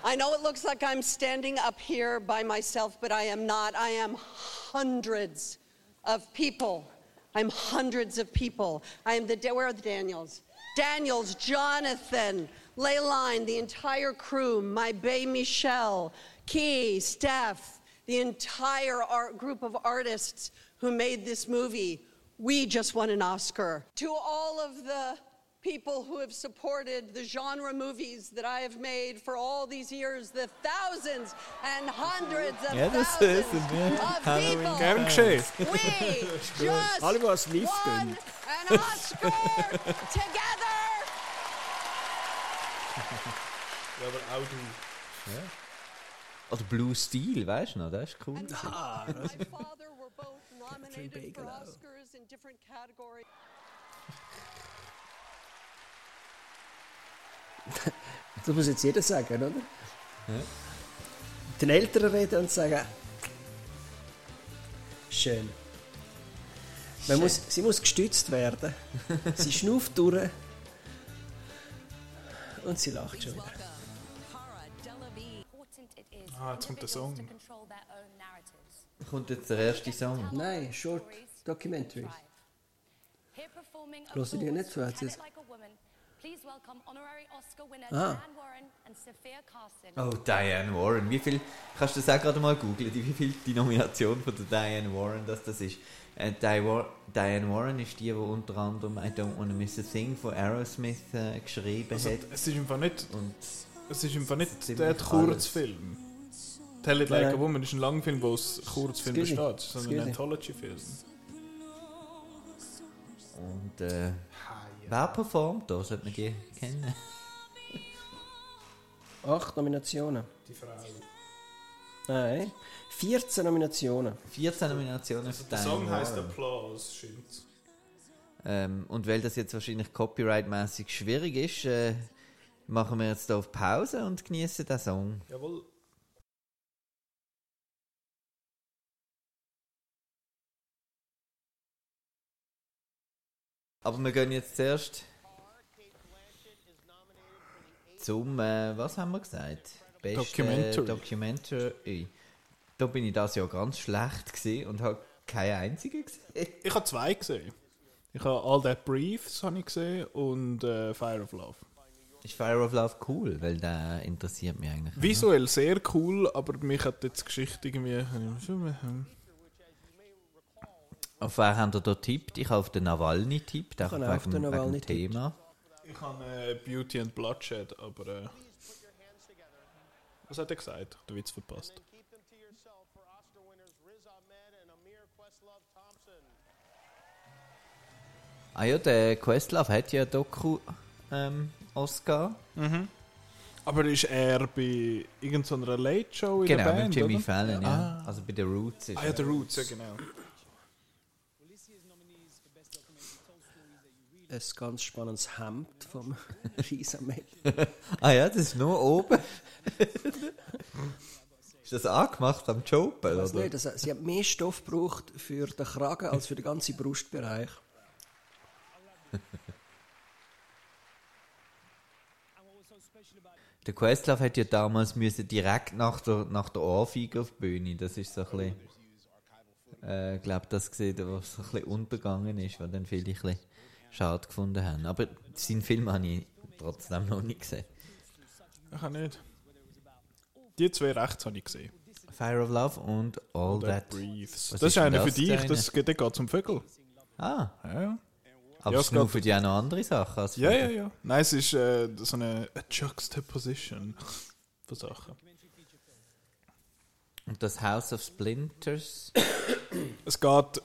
I know it looks like I'm standing up here by myself, but I am not. I am hundreds of people. I'm hundreds of people. I am the, Da- where are the Daniels? Daniels, Jonathan, Leyline, the entire crew, my bae Michelle, Key, Steph, the entire art group of artists who made this movie. We just won an Oscar. To all of the people who have supported the genre movies that I have made for all these years, the thousands and hundreds of
Ja, das ist es.
Of people.
Gern
geschehen.
We just
Alle, die es live
won
gehen.
an Oscar together.
Ja, aber auch du.
Ja. Oder Blue Steel, weißt du noch? Das ist cool.
My
gewesen.
father were both nominated for Oscars in different categories.
Das muss jetzt jeder sagen, oder?
Ja.
Den Eltern reden und sagen, schön. Man
Schön.
muss, sie muss gestützt werden. sie schnauft durch. Und sie lacht schon wieder.
Ah, jetzt kommt der Song.
Kommt jetzt der erste Song.
Nein, Short Documentary.
Here performing a
Hörst du dir nicht zu, als
Tell
es-
It Like a Woman. Please welcome honorary Oscar winner
Ah.
Diane Warren and Sophia Carson.
Oh, Diane Warren. Wie viel, kannst du das auch gerade mal googeln, die- wie viel die Nomination von der Diane Warren dass das ist? Äh, Di War Diane Warren ist die, die unter anderem I Don't Wanna Miss a Thing von Aerosmith äh, geschrieben
Also,
hat.
es ist einfach nicht. Es ist einfach nicht
ziemlich
der
alles.
Kurzfilm. Tell It Like
Nein.
a Woman ist ein Langfilm, wo es Kurzfilm
Excuse me.
besteht. Es ist ein
Excuse me.
Anthology-Film.
Und äh, wer performt da? Sollte man die kennen?
Acht Nominationen.
Die Frau.
Nein. 14 Nominationen.
14 Nominationen für
Also Der
Diane
Song
Warren.
heisst Applause, stimmt.
Ähm, und weil das jetzt wahrscheinlich copyrightmäßig schwierig ist, äh, machen wir jetzt hier auf Pause und genießen den Song.
Jawohl.
Aber wir gehen jetzt zuerst zum, äh, was haben wir gesagt? Beste
Documentary.
Documentary. Da bin ich das Jahr ganz schlecht gewesen und habe keine einzige gesehen.
Ich habe zwei gesehen. Ich habe All That Briefs habe ich gesehen und äh, Fire of Love.
Ist Fire of Love cool, weil der interessiert mich eigentlich.
Visuell sehr cool, aber mich hat jetzt die Geschichte irgendwie.
Auf wen haben ihr da tippt? Ich habe auf den Nawalny tippt, auch
habe auch auf
wegen,
den
wegen
Nawalny
dem Thema.
Ich habe äh, Beauty and Bloodshed, aber. Äh, was hat er gesagt? Ich habe den Witz verpasst.
Ah ja, der Questlove hat ja Doku ähm, Oscar.
Mhm. Aber ist er bei irgendeiner Late Show in
Genau,
der Band?
mit Jimmy
oder?
Fallon, ja.
Ah.
Also bei den Roots ist
Ah ja,
er.
The Roots, ja genau.
Ein ganz spannendes Hemd vom Risa May.
ah ja, das ist nur oben. ist das angemacht am Jopen,
Ich weiss
oder?
nicht, also, sie hat mehr Stoff gebraucht für den Kragen als für den ganzen Brustbereich.
Der Questlove hat ja damals müssen direkt nach der, nach der Anfeige auf die Bühne. Das ist so ein bisschen... äh, glaube, das gesehen, was so ein bisschen untergegangen ist, was dann viele ein bisschen schade gefunden haben. Aber seinen Film habe ich trotzdem noch nicht gesehen.
Ich habe nicht. Die zwei rechts habe ich gesehen.
Fire of Love und All That.
Breathes.
Was
das ist
denn
einer für
das
dich,
eine?
das geht, der geht zum Vögel.
Ah.
Ja.
Aber
Ja,
es
es geht-
nur für die auch noch andere Sachen. als
Ja,
für-
ja, ja. Nein, es ist äh, so eine a Juxtaposition von Sachen.
Und das House of Splinters.
Es geht,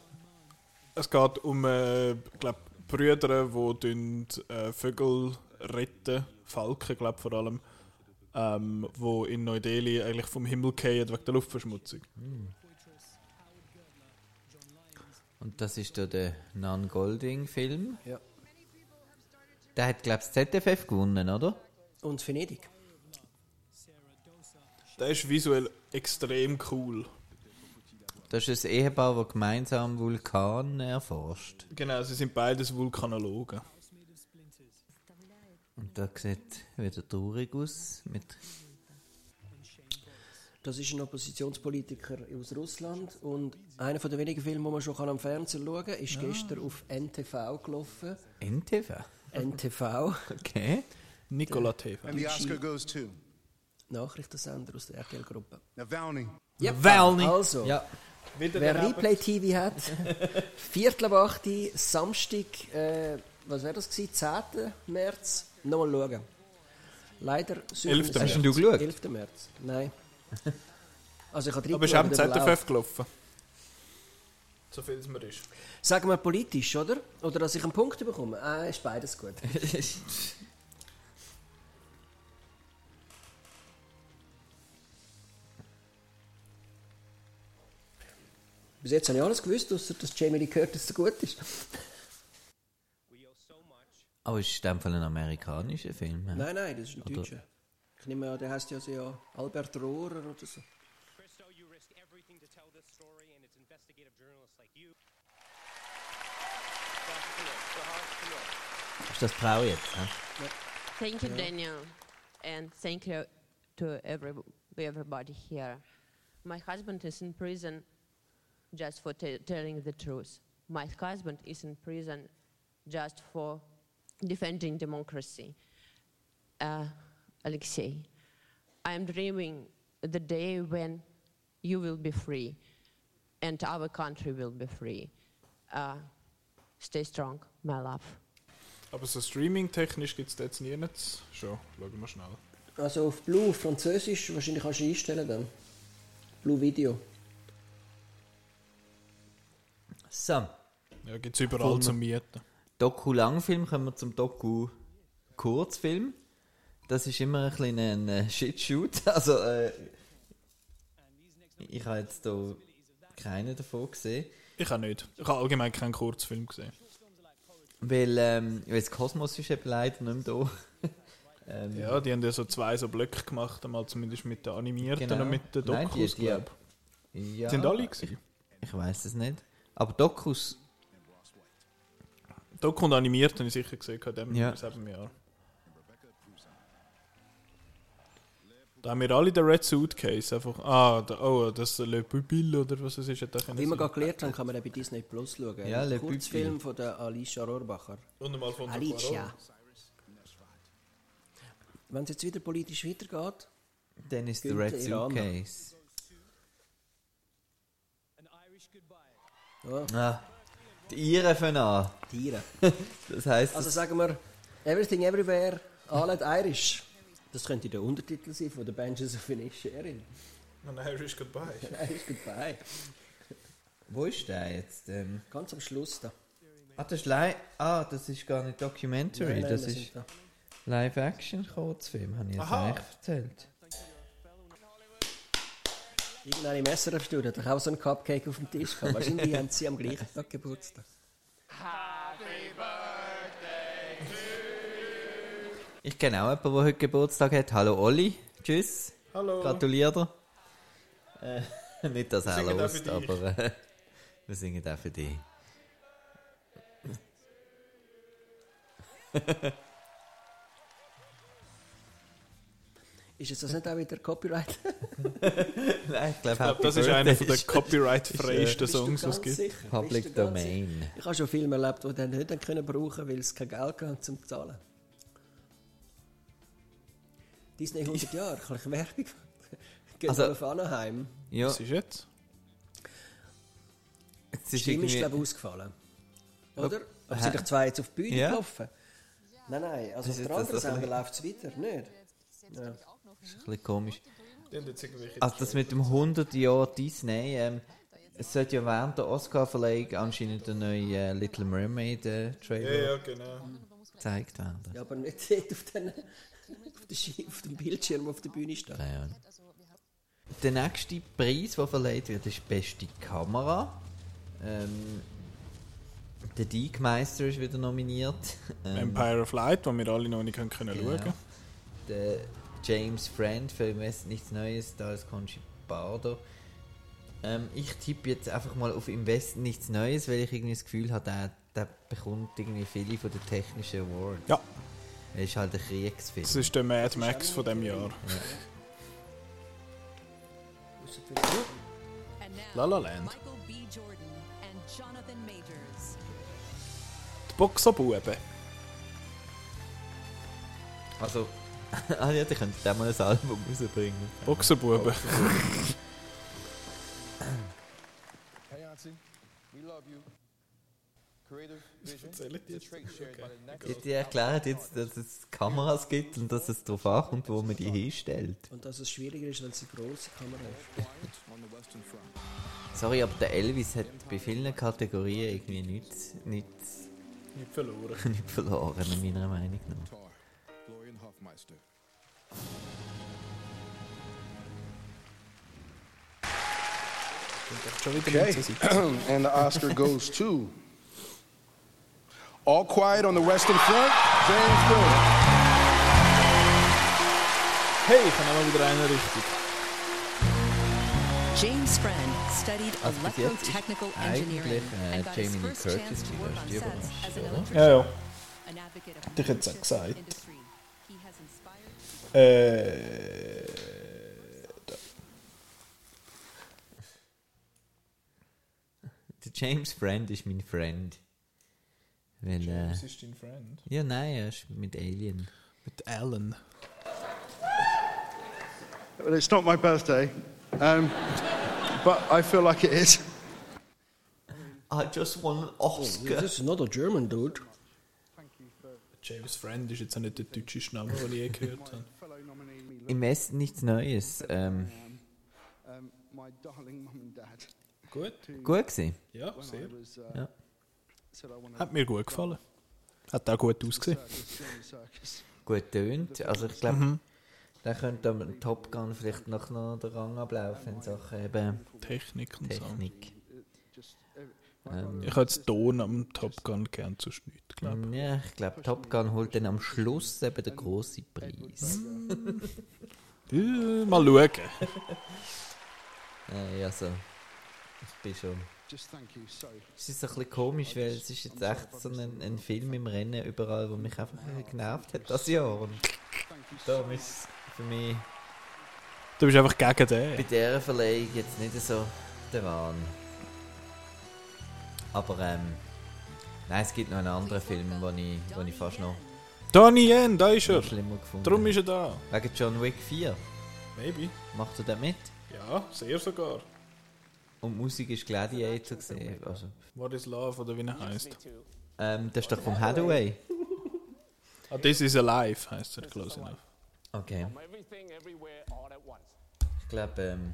es geht um äh, glaub, Brüder, die tun, äh, Vögel retten, Falken glaub, vor allem, ähm, wo in Neu-Delhi eigentlich vom Himmel fallen wegen der Luftverschmutzung.
Und das ist da der Nan Golding-Film.
Ja.
Der hat, glaube ich, das ZFF gewonnen, oder?
Und Venedig.
Der ist visuell extrem cool.
Das ist ein Ehepaar, das gemeinsam Vulkan erforscht.
Genau, sie sind beides Vulkanologen.
Und da sieht wieder traurig aus. Mit
Das ist ein Oppositionspolitiker aus Russland und einer von den wenigen Filmen, die man schon am Fernsehen schauen kann, ist
Ah.
gestern auf NTV gelaufen.
NTV?
NTV.
Okay.
Nikola
Der
TV.
And the Oscar
deutsche
goes to
Nachrichtensender aus der RTL-Gruppe.
Navalny.
Yep.
Navalny.
Also,
Ja.
Will der
wer
der
Replay TV hat, Viertel ab 8 Uhr, Samstag, äh, was wäre das gewesen? 10. März, nochmal schauen. Leider... suchen wir
11.
es
Hast
nicht.
du geschaut?
11. März, nein. Also ich habe
Aber ist auch im ZFF gelaufen. So viel es mir ist.
Sagen wir politisch, oder? Oder dass ich einen Punkt bekomme? Ah, ist beides gut. Bis jetzt habe ich alles gewusst, außer dass Jamie Lee Curtis so gut ist.
Aber es ist in dem Fall ein amerikanischer Film. ja?
Nein, nein, das ist ein
Oder-
Deutscher. Ich nehme an, der heißt ja, so ja Albert Rohrer oder so.
Ist das Frau jetzt? hä?
Thank you,
Yeah.
Daniel, and thank you to every, everybody here. My husband is in prison just for t- telling the truth. My husband is in prison just for defending democracy. Uh, Alexei, I am dreaming the day when you will be free and our country will be free. Uh, stay strong, my love.
Aber so streaming-technisch gibt es da jetzt nirgends. Schon, schauen wir schnell.
Also auf Blue, auf Französisch, wahrscheinlich kannst du einstellen dann. Blue Video.
So.
Ja, gibt es überall zum Mieten.
Doku-Langfilm kommen wir zum Doku-Kurzfilm. Das ist immer ein bisschen ein äh, Shitshoot. Also, äh, ich habe jetzt hier keinen davon gesehen.
Ich auch nicht. Ich habe allgemein keinen Kurzfilm gesehen.
Mhm. Weil, ähm, weil das Kosmos ist eben leider nicht mehr da. ähm,
Ja, die haben ja so zwei so Blöcke gemacht, einmal zumindest mit den animierten
Genau.
und mit den
Nein,
Dokus,
die- die-
glaube
Ja.
Sind alle gewesen?
Ich weiß es nicht. Aber Dokus,
ich. Doku und animiert habe ich sicher gesehen, in dem
Ja.
selben Jahr. Da haben wir alle den Red Suit Case einfach. Ah, der, oh, das Le Pupil oder was es ist. Hat auch
Wie wir gerade gelernt haben, kann man den bei Disney Plus schauen.
Ja, Le
Ein Kurzfilm von der Alicia Rohrbacher.
Und einmal von
Alicia. Wenn es jetzt wieder politisch weitergeht,
dann ist der
Günther
Red
Iraner.
Suitcase.
Ja.
Ah, die Iren fangen an.
Die Iren.
das heisst,
Also
das-
sagen wir, Everything Everywhere, All at Irish. Das könnte der Untertitel sein von The Benches of Inisherin.
An Irish Goodbye.
Irish Goodbye.
wo ist der jetzt? Ähm,
Ganz am Schluss da.
ah, das ist live. Ah, das ist gar nicht Documentary.
Nein, nein,
das
wir
ist
sind da.
Live-Action-Kurzfilm, habe ich jetzt
Aha.
eigentlich erzählt.
Irgendeine Messerabstudie hat doch auch so einen Cupcake auf dem Tisch gehabt. Wahrscheinlich haben sie am gleichen Tag Geburtstag.
Ich kenne auch jemanden, der heute Geburtstag hat. Hallo Olli, tschüss.
Hallo.
Gratuliere dir. Äh, nicht, dass
Wir
er
singen auch
lost,
für dich.
aber äh, wir singen auch für dich.
Ist jetzt das nicht auch wieder Copyright?
Nein, ich
Ich
glaube,
glaube, das ist einer von der copyright-freiesten
Bist du
Songs, was
ganz
es gibt.
sicher?
Public
Bist du ganz
Domain.
sicher? Ich habe schon Filme erlebt, die dann nicht haben können brauchen, weil es kein Geld gab zum Zahlen. Disney 100 Jahre, ein bisschen Werbung. Geht
Also-
auf Anaheim.
Ja.
Was ist jetzt?
Es
Die
ist
Stimme ist,
irgendwie-
glaube ich, ausgefallen. Oder?
Ob-
Aber
Hä?
sind doch zwei jetzt auf die Bühne
Ja.
gelaufen? Nein, nein, also
Das
auf
ist
der
das
anderen
doch ein
Seite
bisschen-
läuft es weiter, nicht? Ja.
Das ist ein bisschen komisch.
Die haben jetzt irgendwelche-
Also das mit dem 100 Jahr Disney, ähm, es sollte ja während der Oscar-Verleihung anscheinend der neue äh, Little Mermaid-Trailer
Ja, ja, genau.
gezeigt werden.
Ja, aber nicht dort auf, den, auf, den, Sch- auf dem Bildschirm, der auf der Bühne steht.
Keine Ahnung. Der nächste Preis, der verleiht wird, ist beste Kamera. Ähm, der Deekmeister ist wieder nominiert. Ähm,
Empire of Light, den wir alle noch nicht können können
Genau.
schauen
Der James Friend für «Im Westen nichts Neues, da ist Conchi Bardo. Ähm, ich tippe jetzt einfach mal auf im Westen nichts Neues, weil ich irgendwie das Gefühl habe, der, der bekommt irgendwie viele von den technischen Awards.
Ja.
Er ist halt ein Kriegsfilm.
Das ist der Mad Max von dem Jahr. La La Land.
Michael B. Jordan and Jonathan Majors.
Die Boxerbuben.
Also, ah ja, die könnten dann mal ein Album rausbringen.
Boxerbuben.
Hey, Auntie, we love you. Creative vision is a trait shared by the next
Die, die erklären jetzt, dass es Kameras gibt und dass es darauf ankommt, wo man die hinstellt.
Und dass es schwieriger ist, wenn es eine grosse Kamera ist.
on the Western Front.
Sorry, aber der Elvis hat bei vielen Kategorien irgendwie nichts, nichts
Nicht verloren.
nicht verloren, in meiner Meinung nach.
Tar, Florian Hoffmeister.
Okay.
and the Oscar goes to All Quiet on the Western Front, James Gordon.
Hey, ich habe mal wieder einen richtig.
James Friend studied
Also bis jetzt ist
electrotechnical
eigentlich
engineering
äh,
and got his
Jamie Lee
first
Curtis
chance to
die
work on
erste
sets as an
Überraschung,
electrician.
Ja, ja.
An advocate of
Dich hat's auch gesagt.
industry, he has inspired
Äh. Da.
Der James Friend ist mein Friend. Weil, äh,
James ist dein Friend.
ja, nein, er ist mit Alien.
Mit Alan.
Well, it's not my birthday, um, but I feel like it is.
I just won an Oscar.
Also, This is not a German dude.
James Friend ist jetzt auch nicht der deutsche Name, den ich je gehört habe.
Im Westen nichts Neues. Ähm,
Um, my darling mum and dad.
Gut.
gut gewesen.
Ja, sehr.
uh,
Ja.
Hat mir gut gefallen. Hat auch gut ausgesehen.
Gut tönt. Also ich glaube,
Mhm.
da könnte am Top Gun vielleicht noch, noch den Rang ablaufen in Sachen eben
Technik und so.
Technik.
uh,
Ähm,
Ich hätte den Ton am Top Gun gern zu schneiden, glaube
mm, ja, ich glaube, Top Gun holt dann am Schluss eben den grossen Preis.
ich. Äh, mal schauen.
Äh, also, ich bin schon...
Just thank you so
Es ist ein bisschen komisch, weil es ist jetzt echt so ein, ein Film im Rennen überall, der mich einfach äh, genervt hat das Jahr. Und darum ist es für mich
Du bist einfach gegen
bei
den.
dieser Verleihung jetzt nicht so der Wahn. Aber ähm, nein, es gibt noch einen anderen Film, den ich, den ich fast noch
Donnie Yen, da ist er.
schlimmer gefunden
Darum ist er da.
habe. Wegen John Wick 4.
Maybe.
Macht er da mit?
Ja, sehr sogar.
Und die Musik ist Gladiator gesehen. Also,
What is Love oder wie er heißt.
ähm, das ist
Oh,
doch vom Hathaway.
Ah, This is Alive heißt er, close enough.
Okay.
Everything, everywhere, all at once.
Ich glaube, ähm,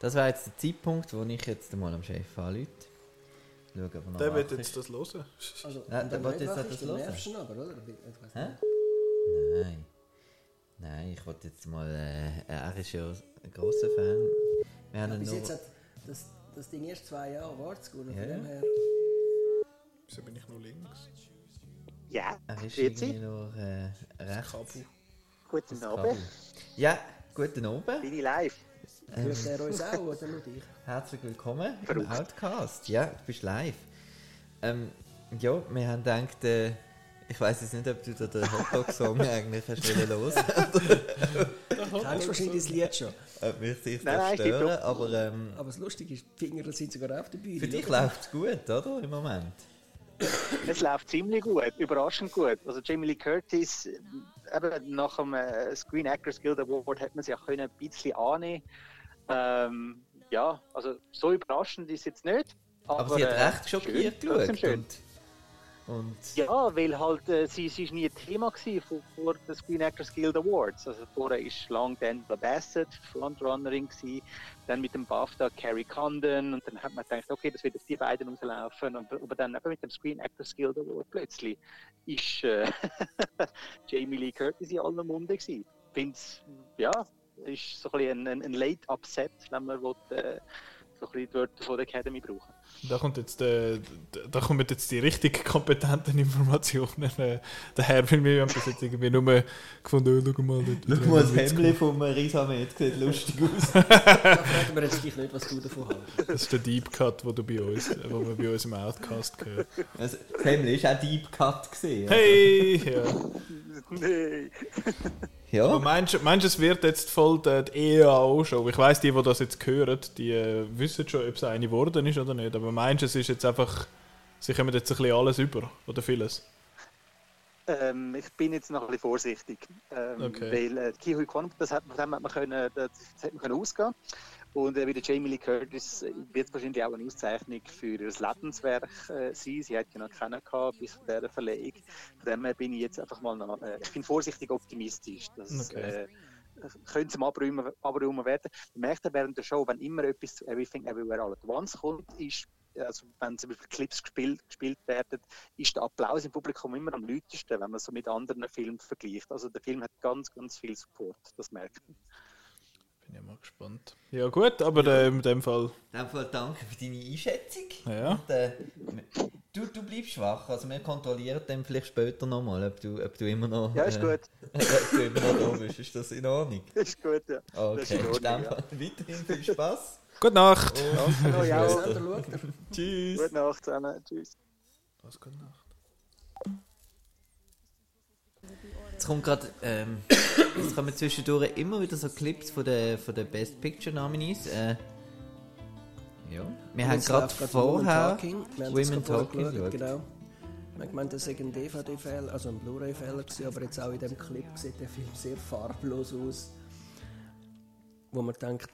das wäre jetzt der Zeitpunkt, wo ich jetzt mal am Chef anrufe. Schauen, ob er noch
Der
wach
wird
ist.
jetzt das hören.
Also,
Nein,
wenn
der
du
wollte
nicht
jetzt
wach
auch
bist,
das
dann
hören.
nervst du ihn aber, oder? Ich weiss nicht.
Hä? Nein. Nein, ich wollte jetzt mal. Äh, er ist ja ein großer Fan. Wir haben ihn
Bis jetzt
nur.
hat das, das Ding erst zwei Jahre Awards gewonnen,
Ja.
von dem her.
Wieso bin ich nur links?
Ja,
Er ist
grüezi.
irgendwie nur äh, rechts.
Kabel.
Guten
Kabel.
Abend.
Ja, guten Abend.
Bin ich live?
Hört er uns auch, oder nur dich?
Herzlich willkommen im Outcast. Ja, du bist live. Ähm, ja, wir haben gedacht, äh, ich weiß jetzt nicht, ob du da den Hotdog-Song eigentlich hast wollen los.
Du kennst wahrscheinlich das Lied schon.
Ob mich sich
Nein,
das
nein, gib
stören,
doch.
aber ähm,
Aber das Lustige ist, die Finger sind sogar auf der Bühne.
für dich
oder?
läuft es gut, oder? Im Moment.
Es läuft ziemlich gut, überraschend gut. Also Jamie Lee Curtis, äh, eben nach dem äh, Screen Actors Guild Award hat man sich ja können ein bisschen annehmen. Ähm, ja, also so überraschend ist es jetzt nicht. Aber,
Aber, sie
äh,
hat recht schockiert
schön, trotzdem
geschaut.
schön.
Und, und
Ja, weil halt, äh, sie, sie ist nie ein Thema gewesen vor, vor den Screen Actors Guild Awards. Also vorher ist lang Daniel Bassett Frontrunnerin gewesen, dann mit dem BAFTA Carrie Condon und dann hat man gedacht, okay, das wird auf die beiden rauslaufen. Und, aber dann eben mit dem Screen Actors Guild Award plötzlich ist äh, Jamie Lee Curtis in aller Munde gewesen. Ich finde ja, ist so ein bisschen ein, ein, ein Late Upset, wenn man will, äh, so ein bisschen die Wörter von der Academy brauchen.
Da, kommt jetzt, äh, da kommen jetzt die richtig kompetenten Informationen äh, daher, weil wir haben bis jetzt irgendwie nur gefunden, oh, schau mal.
Schau mal, das Hemd vom Risa Med sieht lustig aus.
Da fragen wir jetzt dich nicht, was du davon hältst.
Das ist der Deep Cut, den du bei uns, äh, wo wir bei uns im Outcast hören.
Also, das Hemd war auch Deep Cut. Gewesen,
Hey! Ja.
Nee.
Ja.
Aber meinst du, meinst, du, es wird jetzt voll die die EAO-Show? Ich weiss, die, die das jetzt hören, die äh, wissen schon, ob es eine geworden ist oder nicht. Aber meinst du, es ist jetzt einfach, sie kommen jetzt ein bisschen alles über oder vieles?
Ähm, ich bin jetzt noch ein bisschen vorsichtig, ähm,
Okay.
weil äh, Kihui Kwon, das hat, das hat man können, das hat man können ausgehen. Und äh, wie der Jamie Lee Curtis äh, wird es wahrscheinlich auch eine Auszeichnung für ihr Lebenswerk äh, sein. Sie hat ja noch keinen gehabt bis zu dieser Verleihung. Von dem her bin ich jetzt einfach mal noch, äh, ich bin vorsichtig optimistisch. Dass,
Okay.
äh, können zum Abräumen, Abräumen werden. Man merkt ja während der Show, wenn immer etwas zu Everything Everywhere All at Once kommt, ist, also wenn zum Beispiel Clips gespielt, gespielt werden, ist der Applaus im Publikum immer am lautesten, wenn man so mit anderen Filmen vergleicht. Also der Film hat ganz, ganz viel Support, das merkt man.
Bin ja mal gespannt. Ja, gut, aber Äh, in dem Fall.
In dem Fall danke für deine Einschätzung.
Ja.
Und, äh, du, du bleibst schwach. Also wir kontrollieren dann vielleicht später nochmal, ob du, ob du immer noch.
Ja, ist
äh,
gut.
ob du immer noch da bist. Ist das in Ordnung?
Das ist gut, ja. Das
Okay,
ist in
in dem
Ordnung, ja.
Fall weiterhin viel Spaß.
Gute Nacht!
Danke,
ja.
Tschüss!
Gute Nacht zusammen, tschüss.
Was, gute Nacht?
Jetzt kommt gerade, ähm, jetzt kommen zwischendurch immer wieder so Clips von den von der Best Picture Nominees. Äh, ja. Wir
Und
haben
jetzt
gerade
läuft gerade
vorher
Women Talking, Wir haben das
Women
gerade
Talking
vorher geschaut,
geschaut.
genau. Man meint, das sei ein DVD-Fehler, also ein Blu-ray-Fehler gewesen, aber jetzt auch in dem Clip sieht der Film sehr farblos aus. Wo man denkt,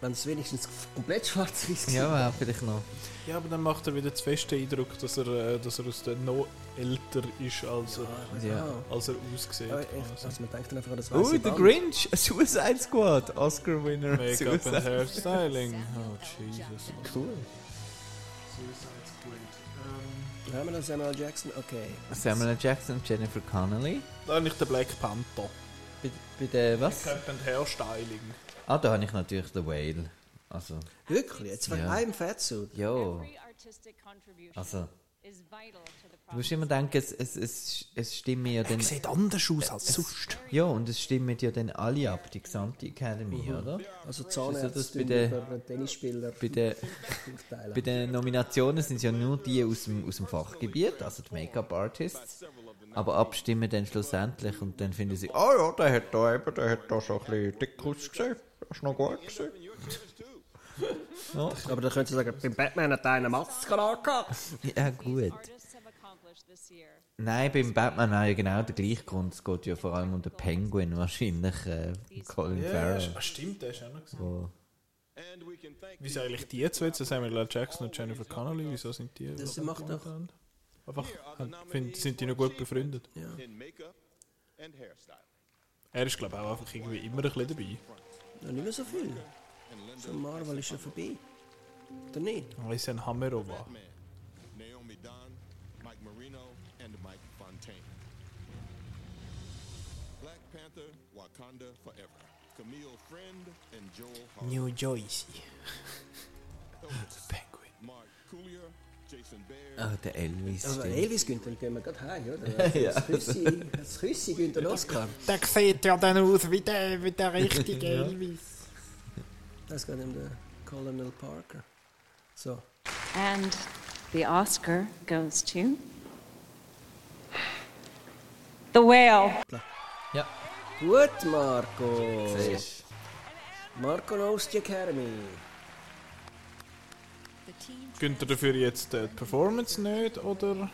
wenn es wenigstens komplett schwarz-weiß
Ja, wäre vielleicht noch.
Ja, aber dann macht er wieder zu festen Eindruck, dass er, äh, dass er aus der noch älter ist, als er,
Ja.
als er aussieht.
Ah, Ja, echt, also man denkt dann einfach, das
Oh,
weiße
The
Band.
Grinch, Suicide Squad, Oscar-Winner.
Make-up and
Suicide-
Hairstyling. Oh, Jesus.
Cool.
Haben wir noch Samuel Jackson? Okay.
Samuel L. Jackson, Jennifer Connelly.
Da nicht der Black Panther.
Bei, bei der, was?
Make-up and Hairstyling.
Ah, da habe ich natürlich The Whale. Also,
Wirklich? Jetzt wegen
Ja.
einem Fettsuit?
ja.
artistic contribution
Oh. Also,
is vital to the
du musst immer denken, es, es, es, es stimmen ja dann...
sieht anders aus als
es,
sonst.
Ja, und es stimmen ja dann alle ab, die gesamte Academy,
Mhm.
oder?
Also
Ist das so,
Zahnärzte
dass bei der-
über Tennisspieler.
Bei den,
Teilen.
bei den Nominationen sind es ja nur die aus dem, aus dem Fachgebiet, also die Make-up-Artists. Aber abstimmen dann schlussendlich und dann finden sie, ah ja, der hat da eben, der hat da so ein bisschen dick ausgesehen. Das ist noch gut gewesen.
Aber dann könntest du sagen, beim Batman hat einer Maske angehabt.
Ja, gut.
artists have accomplished this year.
Nein, beim Batman war ja genau der gleiche Grund. Es geht ja vor allem um den Penguin wahrscheinlich, äh, Colin
Ja,
Farrell. Oh,
ah, stimmt, der ist auch noch gesehen.
Wo,
Wieso eigentlich die zwei, jetzt Samuel L. Jackson und Jennifer Connelly, wieso sind die?
Das macht doch.
Einfach, haben- find, sind die noch gut befreundet?
In makeup and hairstyle.
Er ist, glaube ich, auch einfach irgendwie immer ein bisschen dabei.
Ja, nicht mehr so viel. So Marvel ist ja vorbei. Oder nicht?
Er ist ein Hammerova.
Naomi Don, Mike Marino, and Mike Fontaine.
Black Panther, Wakanda Forever. Camille Friend and Joel Hart.
New Joyce.
Mark Coulier, Jason Bear.
ah, der Elvis.
Also
stimmt.
Elvis gönnt, dann gehen wir gerade heim, oder?
Ja.
Das Küssi, das Küssi gönnt den Oscar.
Der sieht ja dann aus wie der, wie der richtige
Ja.
Elvis.
Das geht um den Colonel Parker. So.
And the Oscar goes to The Whale.
Ja.
Gut, Marco.
Siehst
Marco knows the Academy.
Gönnt ihr dafür jetzt äh, die Performance nicht, oder?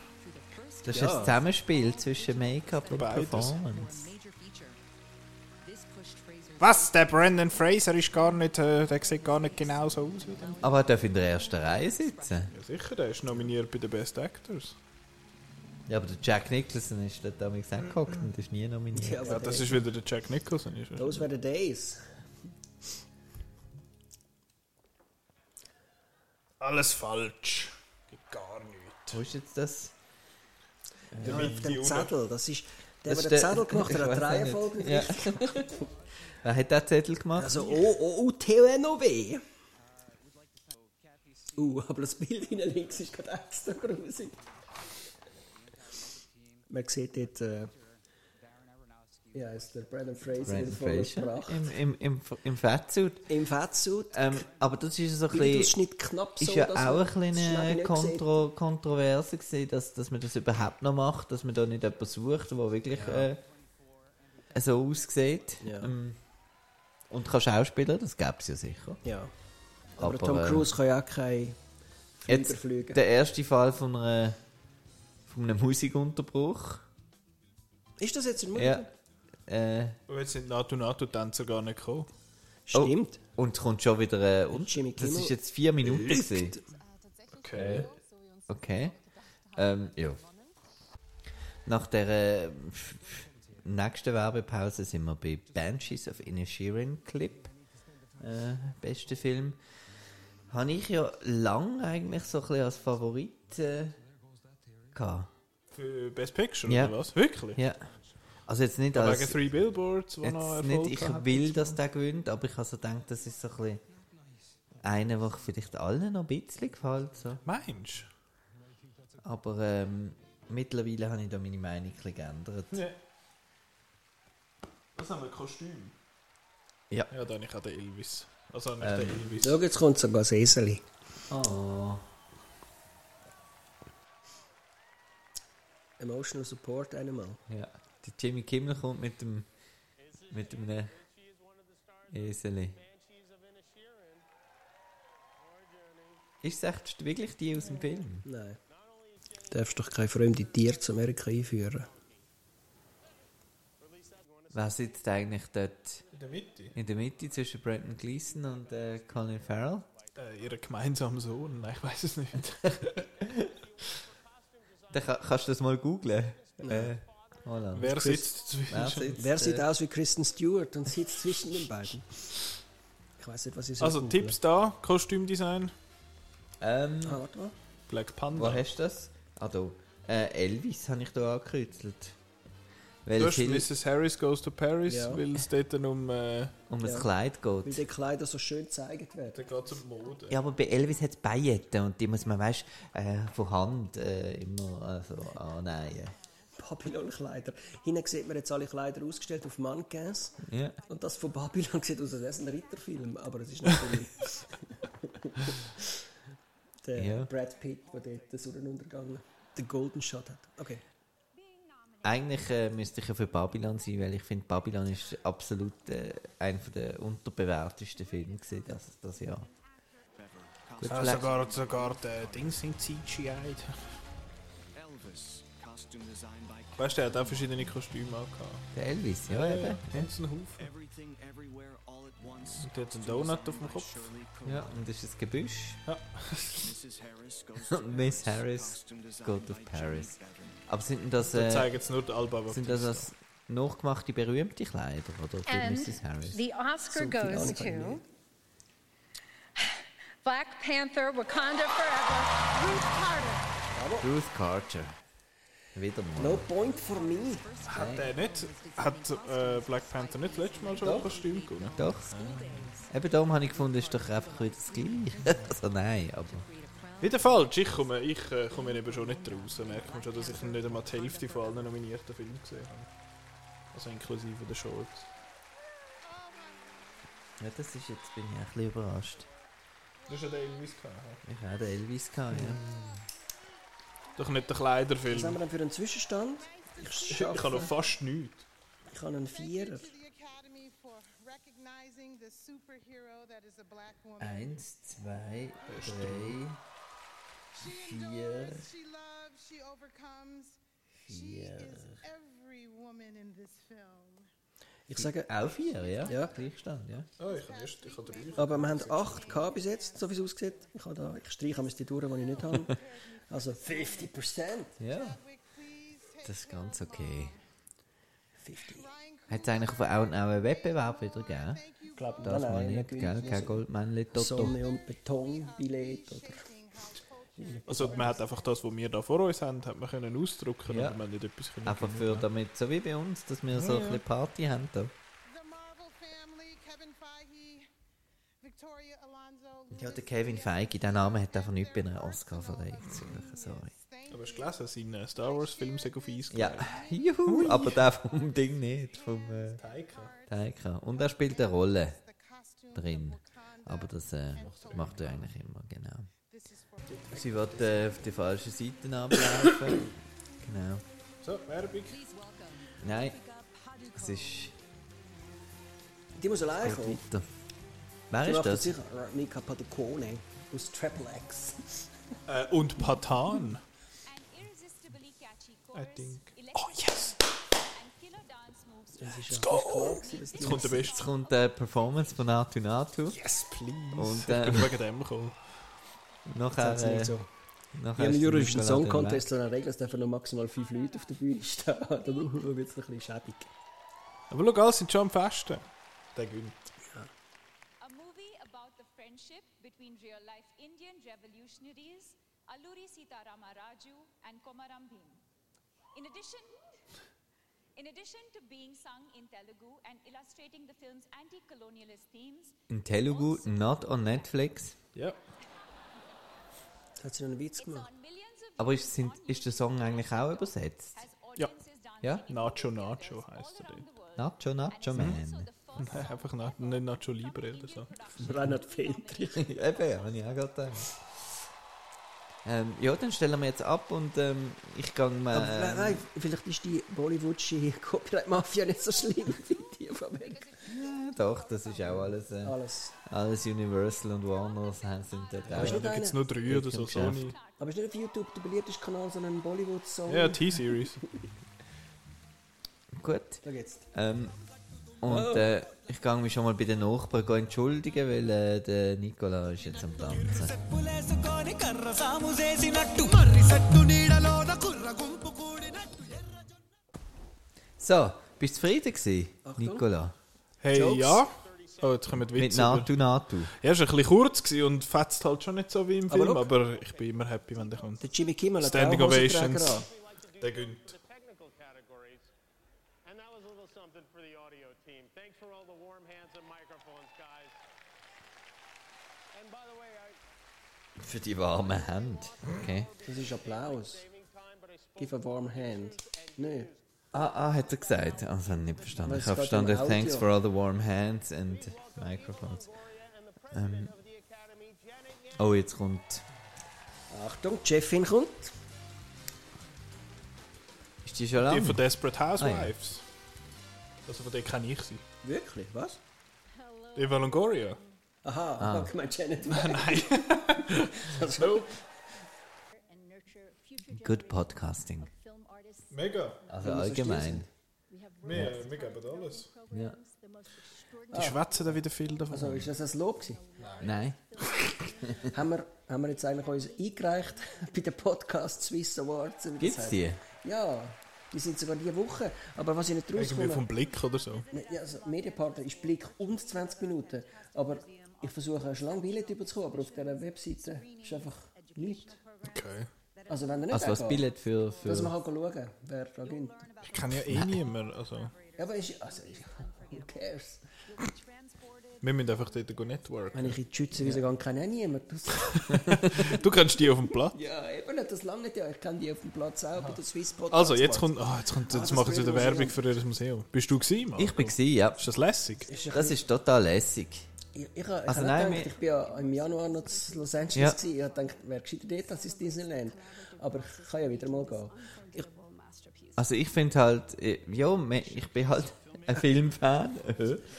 Das ist
Ja.
ein Zusammenspiel zwischen Make-up und
Beides.
Performance.
Was? Der Brandon Fraser ist gar nicht, äh, der sieht gar nicht genau so aus wie der.
Aber er darf in der ersten Reihe sitzen.
Ja, sicher, der ist nominiert bei den Best Actors.
Ja, aber der Jack Nicholson ist dort damals angehockt und ist nie nominiert.
Ja, das ist wieder der Jack Nicholson. Ist er.
Those were the days.
Alles falsch. Gibt gar nichts.
Wo ist jetzt das?
Ja, auf dem Zettel. Das ist der,
Das
der
ist
den Zettel gemacht hat,
Ich
hat
weiß auch
drei
nicht.
Folgen.
Ja. Wer hat den Zettel gemacht?
Also O-O-U-T-N-O-W. Uh, aber das Bild hinten links ist gerade extra grusig. Man sieht dort, äh, ja, ist der Brandon Fraser in
Brandon
voller
Fraser
Pracht.
im, im, im, im Fettsuit.
Im Fettsuit.
Ähm, aber das ist so ein bisschen,
Bildausschnitt knapp so,
ist ja
dass
auch
man
ein bisschen
das schnell
eine
nicht
Kontro Kontroverse gewesen, dass, dass man das überhaupt noch macht, dass man da nicht jemanden sucht, der wirklich
Ja.
äh, so aussieht.
Ja.
Ähm, und kann Schauspieler, das gäbe es ja sicher.
Ja. Aber,
Aber,
Tom
äh,
Cruise kann ja auch keinen Flieger
Jetzt
fliegen.
der erste Fall von, einer, von einem Musikunterbruch.
Ist das jetzt ein Mund?
Ja. Äh,
Aber jetzt sind NATO-NATO-Tänzer gar nicht gekommen.
Oh,
Stimmt.
Und es kommt schon wieder. Äh, und
Jimmy
das
Kimmel
ist jetzt vier Minuten.
lügt.
gewesen.
Okay.
Okay. Ähm, ja. Nach der äh, nächsten Werbepause sind wir bei Banshees of Inisherin Clip. Äh, beste Film. Habe ich ja lange eigentlich so ein bisschen als Favorit äh, gehabt.
Für Best Picture
Ja.
oder was? Wirklich?
Ja. Also jetzt nicht
Aber
als...
wegen Three Billboards, wo
jetzt
noch Erfolg
nicht, ich
gehabt
will, dass der gewinnt, aber ich habe so gedacht, das ist so ein bisschen einer, der vielleicht allen noch ein bisschen gefällt. So.
Meinst
Aber ähm, mittlerweile habe ich da meine Meinung ein bisschen geändert.
du? Nee. Was haben wir? Kostüm?
Ja.
Ja, dann ich auch den Elvis. Also nicht
Ähm.
den Elvis.
Schau, jetzt kommt sogar das Eseli.
Oh.
Emotional Support Animal.
Ja, der Jimmy Kimmel kommt mit dem mit dem äh, Eseli. Ist es echt wirklich die aus dem Film?
Nein. Du darfst doch keine fremden Tiere zu Amerika einführen.
Wer sitzt eigentlich dort?
In der Mitte?
In der Mitte zwischen Brandon Gleason und äh, Colin Farrell?
Äh, ihren gemeinsamen Sohn? Nein, ich weiß es nicht.
Da, ka- kannst du das mal googlen? Äh, Holland.
Wer
Chris-
sitzt zwischen?
Wer sitzt,
Wer sieht
äh,
aus wie Kristen Stewart und sitzt zwischen den beiden? Ich weiß nicht, was ich soll
also
googlen.
Tipps da, Kostümdesign,
Ähm,
Ah, warte mal.
Black Panda.
Wo hast du das? Ah, da. Äh, Elvis habe ich da angekreuzelt. Weil
Du hast
viel
Mrs. Harris Goes to Paris,
Ja.
weil es dort dann um... Äh,
um das
Ja.
Kleid
Weil
geht.
die Kleider so schön gezeigt werden.
da geht es um Mode.
Ja, aber bei Elvis hat es Pailletten und die muss man, weißt äh, von Hand äh, immer äh, so annähen.
Babylon-Kleider. Hinten sieht man jetzt alle Kleider ausgestellt auf Mannequins.
Ja.
Und das von Babylon sieht aus, als wäre es ein Ritterfilm, aber es ist natürlich der
Ja.
Brad Pitt, der dort den Sonnenuntergang, den Golden Shot hat. Okay.
Eigentlich äh, müsste ich ja für Babylon sein, weil ich finde, Babylon ist absolut äh, einer der unterbewertesten Filme gewesen, das, das Jahr. Gut,
Ah,
vielleicht-
sogar, sogar der Dings sind CGI.
Elvis, costume design by
Weißt du, der hat auch verschiedene Kostüme auch gehabt.
Der Elvis, ja, eben.
Ganz ein Haufen.
Everything Everywhere All at Once.
Und der hat einen Donut auf dem Kopf.
Ja, und das ist ein Gebüsch.
Ja.
Mrs. Harris goes to
Und Miss
Paris.
Harris
Costume design
geht auf
by
Paris.
Jimmy Fallon.
Aber sind denn das,
Da zeigen
äh,
jetzt nur die Alba
sind das, das nachgemachte berühmte Kleider, oder? Für
Ähm,
And
Mrs. Harris?
the Oscar goes to Black Panther, Wakanda Forever, Ruth Carter.
Ruth Carter. Wieder mal.
No point for me.
Hat der nicht... Hat äh, Black Panther nicht letztes Mal schon ein Kostüm gewonnen?
Doch. Eben darum habe ich gefunden, ist doch einfach wieder das Gleiche. also nein, aber...
Wieder falsch, ich komme, ich, äh, komme eben schon nicht raus. Merkt man schon, dass ich nicht einmal die Hälfte von allen nominierten Filmen gesehen habe. Also inklusive der Shorts.
Ja, das ist jetzt, bin ich ein bisschen überrascht.
Du hast ja den Elvis gehabt. hä?
Ich hatte den Elvis, gehabt, ja.
Doch nicht der
Was haben wir
Kleiderfilm.
denn für einen Zwischenstand? Ich
Ich habe noch
schaffe.
fast nichts.
Ich habe einen Vierer.
Eins, zwei, drei, vier, vier...
Ich sage,
Auch vier, ja?
Ja.
Gleichstand, ja.
Oh, ich habe erst, ich habe drei.
aber wir haben 8 K bis jetzt, so wie es aussieht. Ich, habe da, ich streiche die Touren, die ich nicht habe. Also 50%.
Ja. Das ist ganz okay.
50.
Hat es eigentlich auf- auch auch einen Wettbewerb wieder gegeben?
Ich glaube,
Das mal nicht, gell? Kein Goldmännchen, Toto.
Sonne und Betonbillett oder
Also man hat einfach das, was wir da vor uns haben, hat man können ausdrucken,
Ja.
aber man hat nicht etwas können.
Einfach für damit, so wie bei uns, dass wir so ein
Ja, ja.
bisschen Party haben da. Ja, der Kevin Feige, der Name hat einfach nicht bei einer Oscar-Verleihung zu suchen, sorry.
Aber hast du gelesen, sein äh, Star Wars-Film ist auf Eis
Ja,
gelegt?
juhu, aber der vom Ding nicht, vom äh,
Taika.
Taika. Und er spielt eine Rolle drin. Aber das äh, macht er eigentlich immer, genau. Sie wird äh, auf die falsche Seite ablaufen. genau.
So, Werbung.
Nein, es ist...
Die muss allein
Es geht
kommen.
weiter. Wer
Die
ist
macht
das?
Sicher äh, Mika Padukone aus Triple X.
Äh, und Patan. I think. Oh yes!
Das ist
Let's go! Jetzt kommt der Beste.
Jetzt kommt die Performance von Natu Natu.
Yes, please!
Und
ich
ähm,
bin wegen dem gekommen.
nachher... halt
Sag's halt nicht
äh,
so.
nachher
Ja, Im
ist
Eurovision
Nicola
Song
dann weg.
Contest eine Regel, es dürfen nur maximal fünf Leute auf der Bühne stehen. Dann wird es ein bisschen schäbig.
Aber schau, alle sind schon am Festen. Der gewinnt.
A movie about the friendship between real-life Indian revolutionaries Alluri Sitarama Raju and Komaram Bhim. In addition, in addition to being sung in Telugu and illustrating the film's anti-colonialist themes,
In Telugu, not on Netflix.
Ja.
Hat sie noch einen Witz gemacht?
Aber ist, sind, ist der Song eigentlich auch übersetzt?
Ja.
Ja?
Nacho Nacho heisst er dort.
Nacho Nacho Man.
Nein, einfach na, nicht Nacho Libre oder so.
Reinhard Fendrich.
Eben, ja, habe ich auch gerade gedacht. Ähm, ja, dann stellen wir jetzt ab und ähm, ich gehe
Aber wer
mal...
weiß, vielleicht ist die Bollywoodsche Copyright-Mafia nicht so schlimm wie die von Amerika.
Ähm, doch, das ist auch alles... Äh,
Alles.
alles Universal und Warner haben- sind dort
Ja, da gibt es nur drei oder so,
Geschäft.
Sony.
Aber ist nicht auf YouTube der beliebteste Kanal, sondern Bollywood-Song?
Ja, T-Series.
Gut.
Da geht's.
Ähm, und äh, ich gehe mich schon mal bei den Nachbarn gehen entschuldigen, weil äh, der Nicola ist jetzt am Tanzen. So, bist du zufrieden gewesen, Nicola?
Hey,
Jokes?
ja. Oh, jetzt kommen die
Mit
Witze. über-
Natu Natu.
Ja, ist ein bisschen kurz gewesen und fetzt halt schon nicht so wie im
Aber
Film,
schau.
aber ich bin immer happy, wenn der kommt.
Der Jimmy Kimmel hat
Standing
auch Hosenträger
Ovations.
an.
Der gönnt.
technical categories. And that was a little something for the audio team. Thanks for all the warm hands and microphones, guys. And by the way, I
Für die warmen Hände. Okay.
Das ist Applaus. Give a warm hand. Nein.
Ah, ah, hat er gesagt. Also, habe ich nicht verstanden.
Aber
Ich
es
habe
geht um
verstanden,
Audio.
thanks for all the warm hands and microphones. Ähm. Oh, jetzt kommt.
Achtung, die Chefin kommt.
Ist die schon
Die
lang?
von Desperate
Ah,
Housewives. Also von denen kann ich sein.
Wirklich? Was?
Eva Longoria.
Aha,
Ah.
ah. ich meine Janet. Nein, nein. Also,
Nope.
Good podcasting.
Mega.
Also allgemein.
Wir, wir geben alles.
Ja. Ah.
Die schwätzen da wieder viel davon.
Also, ist das ein Lob gewesen?
Nein.
haben, wir, haben wir jetzt eigentlich uns eingereicht bei den Podcast Swiss Awards? wie das
Gibt's
heisst?
die?
Ja, die sind sogar diese Woche. Aber was ich nicht
Irgendwie vom
rauskomme...
Blick oder so.
Ne, Ja, also Medienpartner ist Blick und 20 Minuten. Aber ich versuche, ein lange Billett überzukommen, aber auf dieser Webseite ist einfach nichts.
Okay.
Also wenn ihr nicht
Also was
weggeht,
Billett für...
Dass man
für
halt schauen wer da gewinnt.
Ich kann ja eh niemanden. Also.
Ja, aber ist... Also, ist- who cares?
Wir müssen einfach dort go networken.
Wenn ich in die Schützenwiese gehe, kenne ich auch niemanden. Das-
Du kennst die auf dem Platz.
Ja, eben, das lange nicht. Ja, ich kenne die auf dem Platz auch, bei der Swiss Podcast
Also, jetzt
Awards.
kommt. Ah, jetzt kommt, jetzt
Ah,
machen
das
sie wieder
Brüder
Werbung für ihr Museum. Bist du gewesen, Mann?
ich bin gewesen, ja.
Ist das lässig?
Das ist total lässig.
Ich, ich, hab- ich,
Also
also
nein,
gedacht,
wir-
ich bin ja im Januar noch zu Los Angeles.
Ja.
Gewesen. Ich hab gedacht, wer gescheiter dort als ins Disneyland. Aber ich kann ja wieder mal gehen. Ich,
Also ich finde halt, äh, ja, me- ich bin halt ein Filmfan.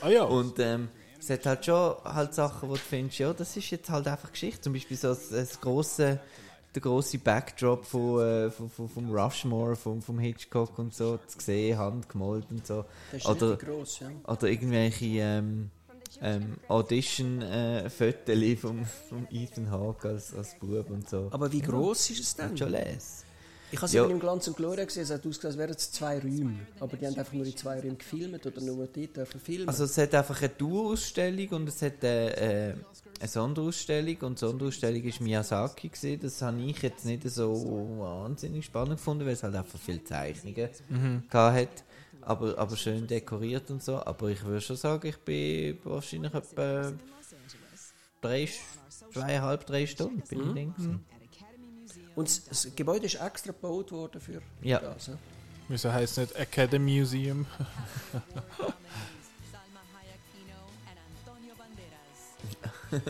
Ah ja.
Und ähm, es hat halt schon halt Sachen, wo du findest, ja, das ist jetzt halt einfach Geschichte. Zum Beispiel so das, das große, der große Backdrop von, äh, von, von, vom Rushmore, vom, vom Hitchcock und so, zu sehen, handgemalt und so.
das ist
Oder,
nicht gross, ja.
oder irgendwelche ähm, ähm, Audition-Fotos vom, vom Ethan Hawke als, als Bub und so.
Aber wie gross ist es denn?
Schon les.
Ich habe es
Ja.
eben im Glanz und Gloria gesehen, es hat ausgesehen, als wären es zwei Räume. Aber die haben einfach nur in zwei Räumen gefilmt oder nur dort dürfen filmen.
Also es hat einfach eine Dauerausstellung und es hat eine, äh, eine Sonderausstellung und die Sonderausstellung war Miyazaki. Gewesen. Das habe ich jetzt nicht so wahnsinnig spannend gefunden, weil es halt einfach viele Zeichnungen
Mhm.
gehabt hat. Aber, aber schön dekoriert und so. Aber ich würde schon sagen, ich bin wahrscheinlich etwa drei, zweieinhalb, drei Stunden bin ich drin. gewesen.
Und das, das Gebäude ist extra gebaut worden für
Ja.
das. Ja?
Wieso heisst es nicht Academy Museum?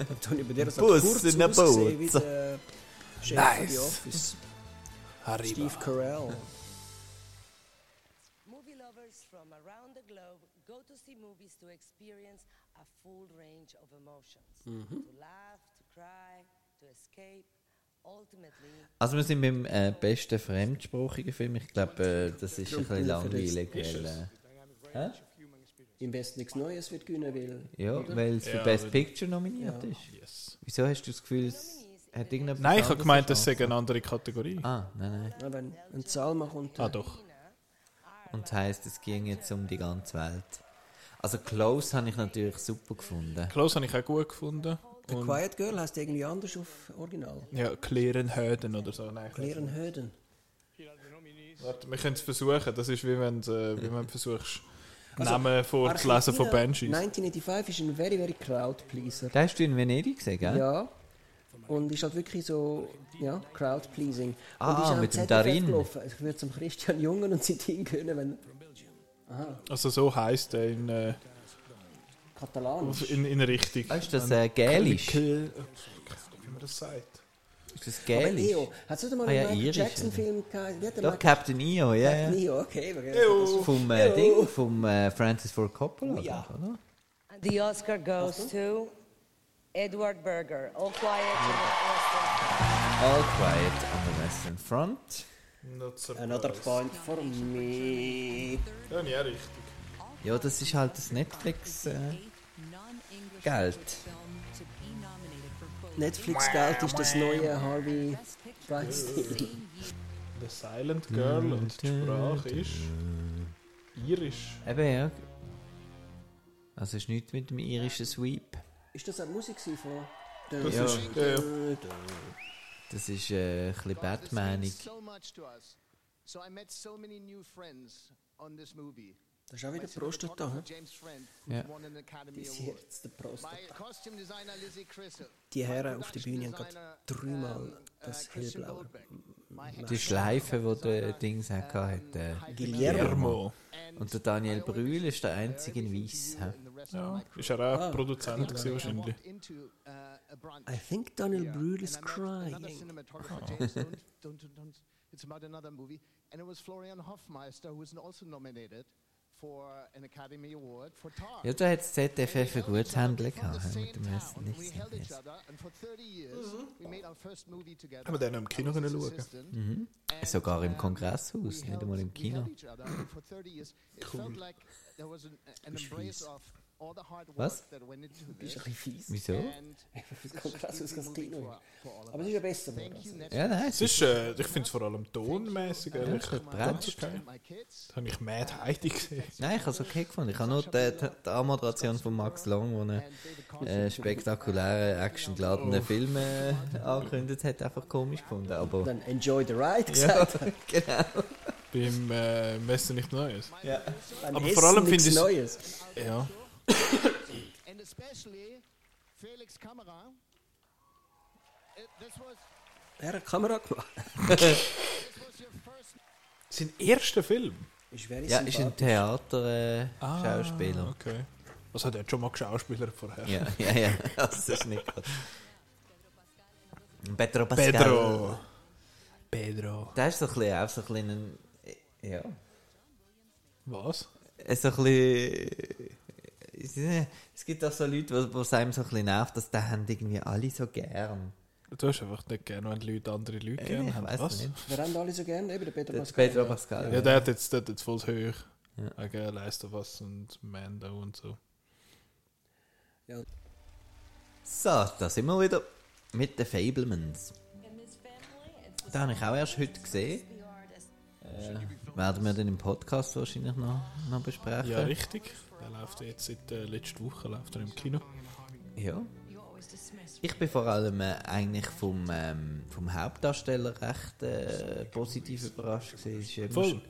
Antonio Banderas hat
Bus
kurz
in der
ausgesehen
Boot.
wie der Chef von The
Nice.
Office.
Arriba.
Steve Carell.
Movie lovers from around the globe go to see movies to experience a full range of emotions.
Mhm.
To laugh, to cry, to escape. Ultimately,
Also wir sind mit dem äh, besten fremdsprachigen Film. Ich glaube, äh, das ist ein bisschen langweilig. Weil, äh, Hä?
Im besten nichts Neues wird gewinnen, weil.
ja,
oder?
weil es für Best Picture nominiert
Ja.
ist. Wieso hast du das Gefühl, es hat irgendetwas
Nein, ich habe
anderes
gemeint, das
eine
sei eine andere Kategorie.
Ah, nein, nein.
Ja, wenn ein Zalma kommt.
Ah, doch.
Chance? Und das heisst, es ging jetzt um die ganze Welt. Also Close habe ich natürlich super gefunden.
Close habe ich auch gut gefunden.
The
Und-
äh, Quiet Girl heißt irgendwie anders auf Original.
Ja, Clearen Höden oder so. Nein, ich weiß
Claren Höden.
nicht. Warte, wir können es versuchen. Das ist wie wenn, äh, wie wenn du versuchst,
Also,
Namen vorzulesen von
Argentina
Banshees.
1985 ist ein very, very crowd pleaser.
Den hast du in Venedig gesehen, gell?
Ja. Und ist halt wirklich so, ja, Crowd-pleasing.
Ah,
und ist auch
mit
am
dem
ZDF
Darin.
gelaufen. Ich würde zum Christian Jungen und seitdem können, wenn... Aha,
Also so heisst er in, äh,
katalanisch.
in, in Richtung.
Ah, ist das,
Ein
äh, Gälisch?
Kel- Kel- Wie man das sagt.
Ist das
Aber
Gälisch?
Leo, hat es nicht mal
Ah, ja,
einen Michael
irisch,
Jackson-Film gehabt? Wie hat der
Doch,
Michael-
Captain EO, ja.
Captain
ja.
EO, okay. wir-
Vom äh, Ding, vom äh, Francis Ford Coppola,
Ja.
glaub ich, oder?
and the Oscar goes to Edward Berger, All Quiet on the Western
All Quiet on the Western Front.
Another point for me.
Ja, nicht richtig.
Ja, das ist halt das Netflix. Äh, Geld.
Netflix-Geld ist das neue Harvey Weinstein.
The Silent Girl und die Sprache ist irisch.
Eben, ja. Also ist nichts mit dem irischen Sweep.
Ist das auch die Musik gewesen von...
Das
Ja.
ist, ja, ja.
Das ist äh, ein bisschen Batmanig.
so much to us. So I met so many new friends on this movie.
Das ist auch wieder
My
Prostata,
cinematographer
hm?
James Friend, who's
Ja.
won an Academy
Die ist
Award.
jetzt der Prostata.
My costume designer Lizzie Crystal.
Die
My
Herren auf der
production
Bühne haben gerade dreimal das hellblaue...
Die Schleife, die der Dings hatte, hat. Äh,
Guillermo.
Und der Daniel Brühl ist der einzige in Weiss. hä?
Ja, ist er auch Produzent gewesen, wahrscheinlich.
uh,
I Oh. think Daniel Brühl is crying.
cinematographer James don't, don't, don't, don't. It's about another movie, and it was Florian Hoffmeister who was also nominated for an Academy Award for Tar.
Ja, da hat das ZFF ein gutes Handeln gehabt. hä, Mit dem Essen nicht.
Mhm.
We made our first movie together.
Haben wir den auch im Kino können schauen
Mhm. Sogar im Kongresshaus, nicht einmal im Kino.
each other for 30 years. It felt like there was an, an
Bist
embrace
fies.
of all the hard work
Was?
that went into
Bist
this.
du ein bisschen fies?
Wieso?
Das kommt krass aus ganz klein. Aber es ist ja besser geworden. also.
Ja, nein.
Es ist, äh, ich finde es vor allem tonmäßig ehrlich.
es hat
Ganz
gebremst.
okay. Das habe ich Mad Heidi gesehen.
Nein, ich habe es okay gefunden. Ich habe nur die, die, die Anmoderation von Max Long, wo einen äh, spektakulären, actiongeladenen Film äh, angekündigt hat, einfach komisch gefunden. Aber
Dann enjoy the ride,
ja,
gesagt.
genau.
Beim äh, Messen nichts Neues.
Ja.
Beim
Aber
Essen
vor allem
nichts
finde ich.
Neues.
Ja.
And especially Felix Kamera. It, this was
Er hat die Kamera gemacht.
Sein erster Film.
Ist very
ja, ist ein
sympathisch.
Theater-Schauspieler. Äh,
Ah,
Schauspieler.
Okay. Also hat er schon mal Schauspieler vorher.
Ja, ja, ja. Das ist nicht gut. Pedro Pascal.
Pedro. Pedro.
Der ist so ein bisschen, auch so ein bisschen ein, äh, ja,
Was?
Äh, so ein bisschen, Ich weiß nicht, es gibt auch so Leute, die es einem so ein bisschen nervt, dass die haben irgendwie alle so gern.
Du hast einfach nicht gern, wenn die Leute andere Leute
Äh,
gerne
ich
haben.
weiss
Was?
nicht.
Wir haben alle so gerne, eben der Peter
Der
Pascal.
Pedro Pascal.
Ja, der hat jetzt, der hat jetzt voll hoch. Ja. Okay, Last of Us und Mando und so.
So, da sind wir wieder mit den Fablemans. Den habe ich auch erst heute gesehen. Äh, werden wir dann im Podcast wahrscheinlich noch, noch besprechen.
Ja, richtig. Der läuft jetzt seit äh, letzter Woche läuft er im Kino.
Ja. Ich bin vor allem äh, eigentlich vom, ähm, vom Hauptdarsteller recht äh, positiv überrascht. gewesen. Es ist immer
Voll.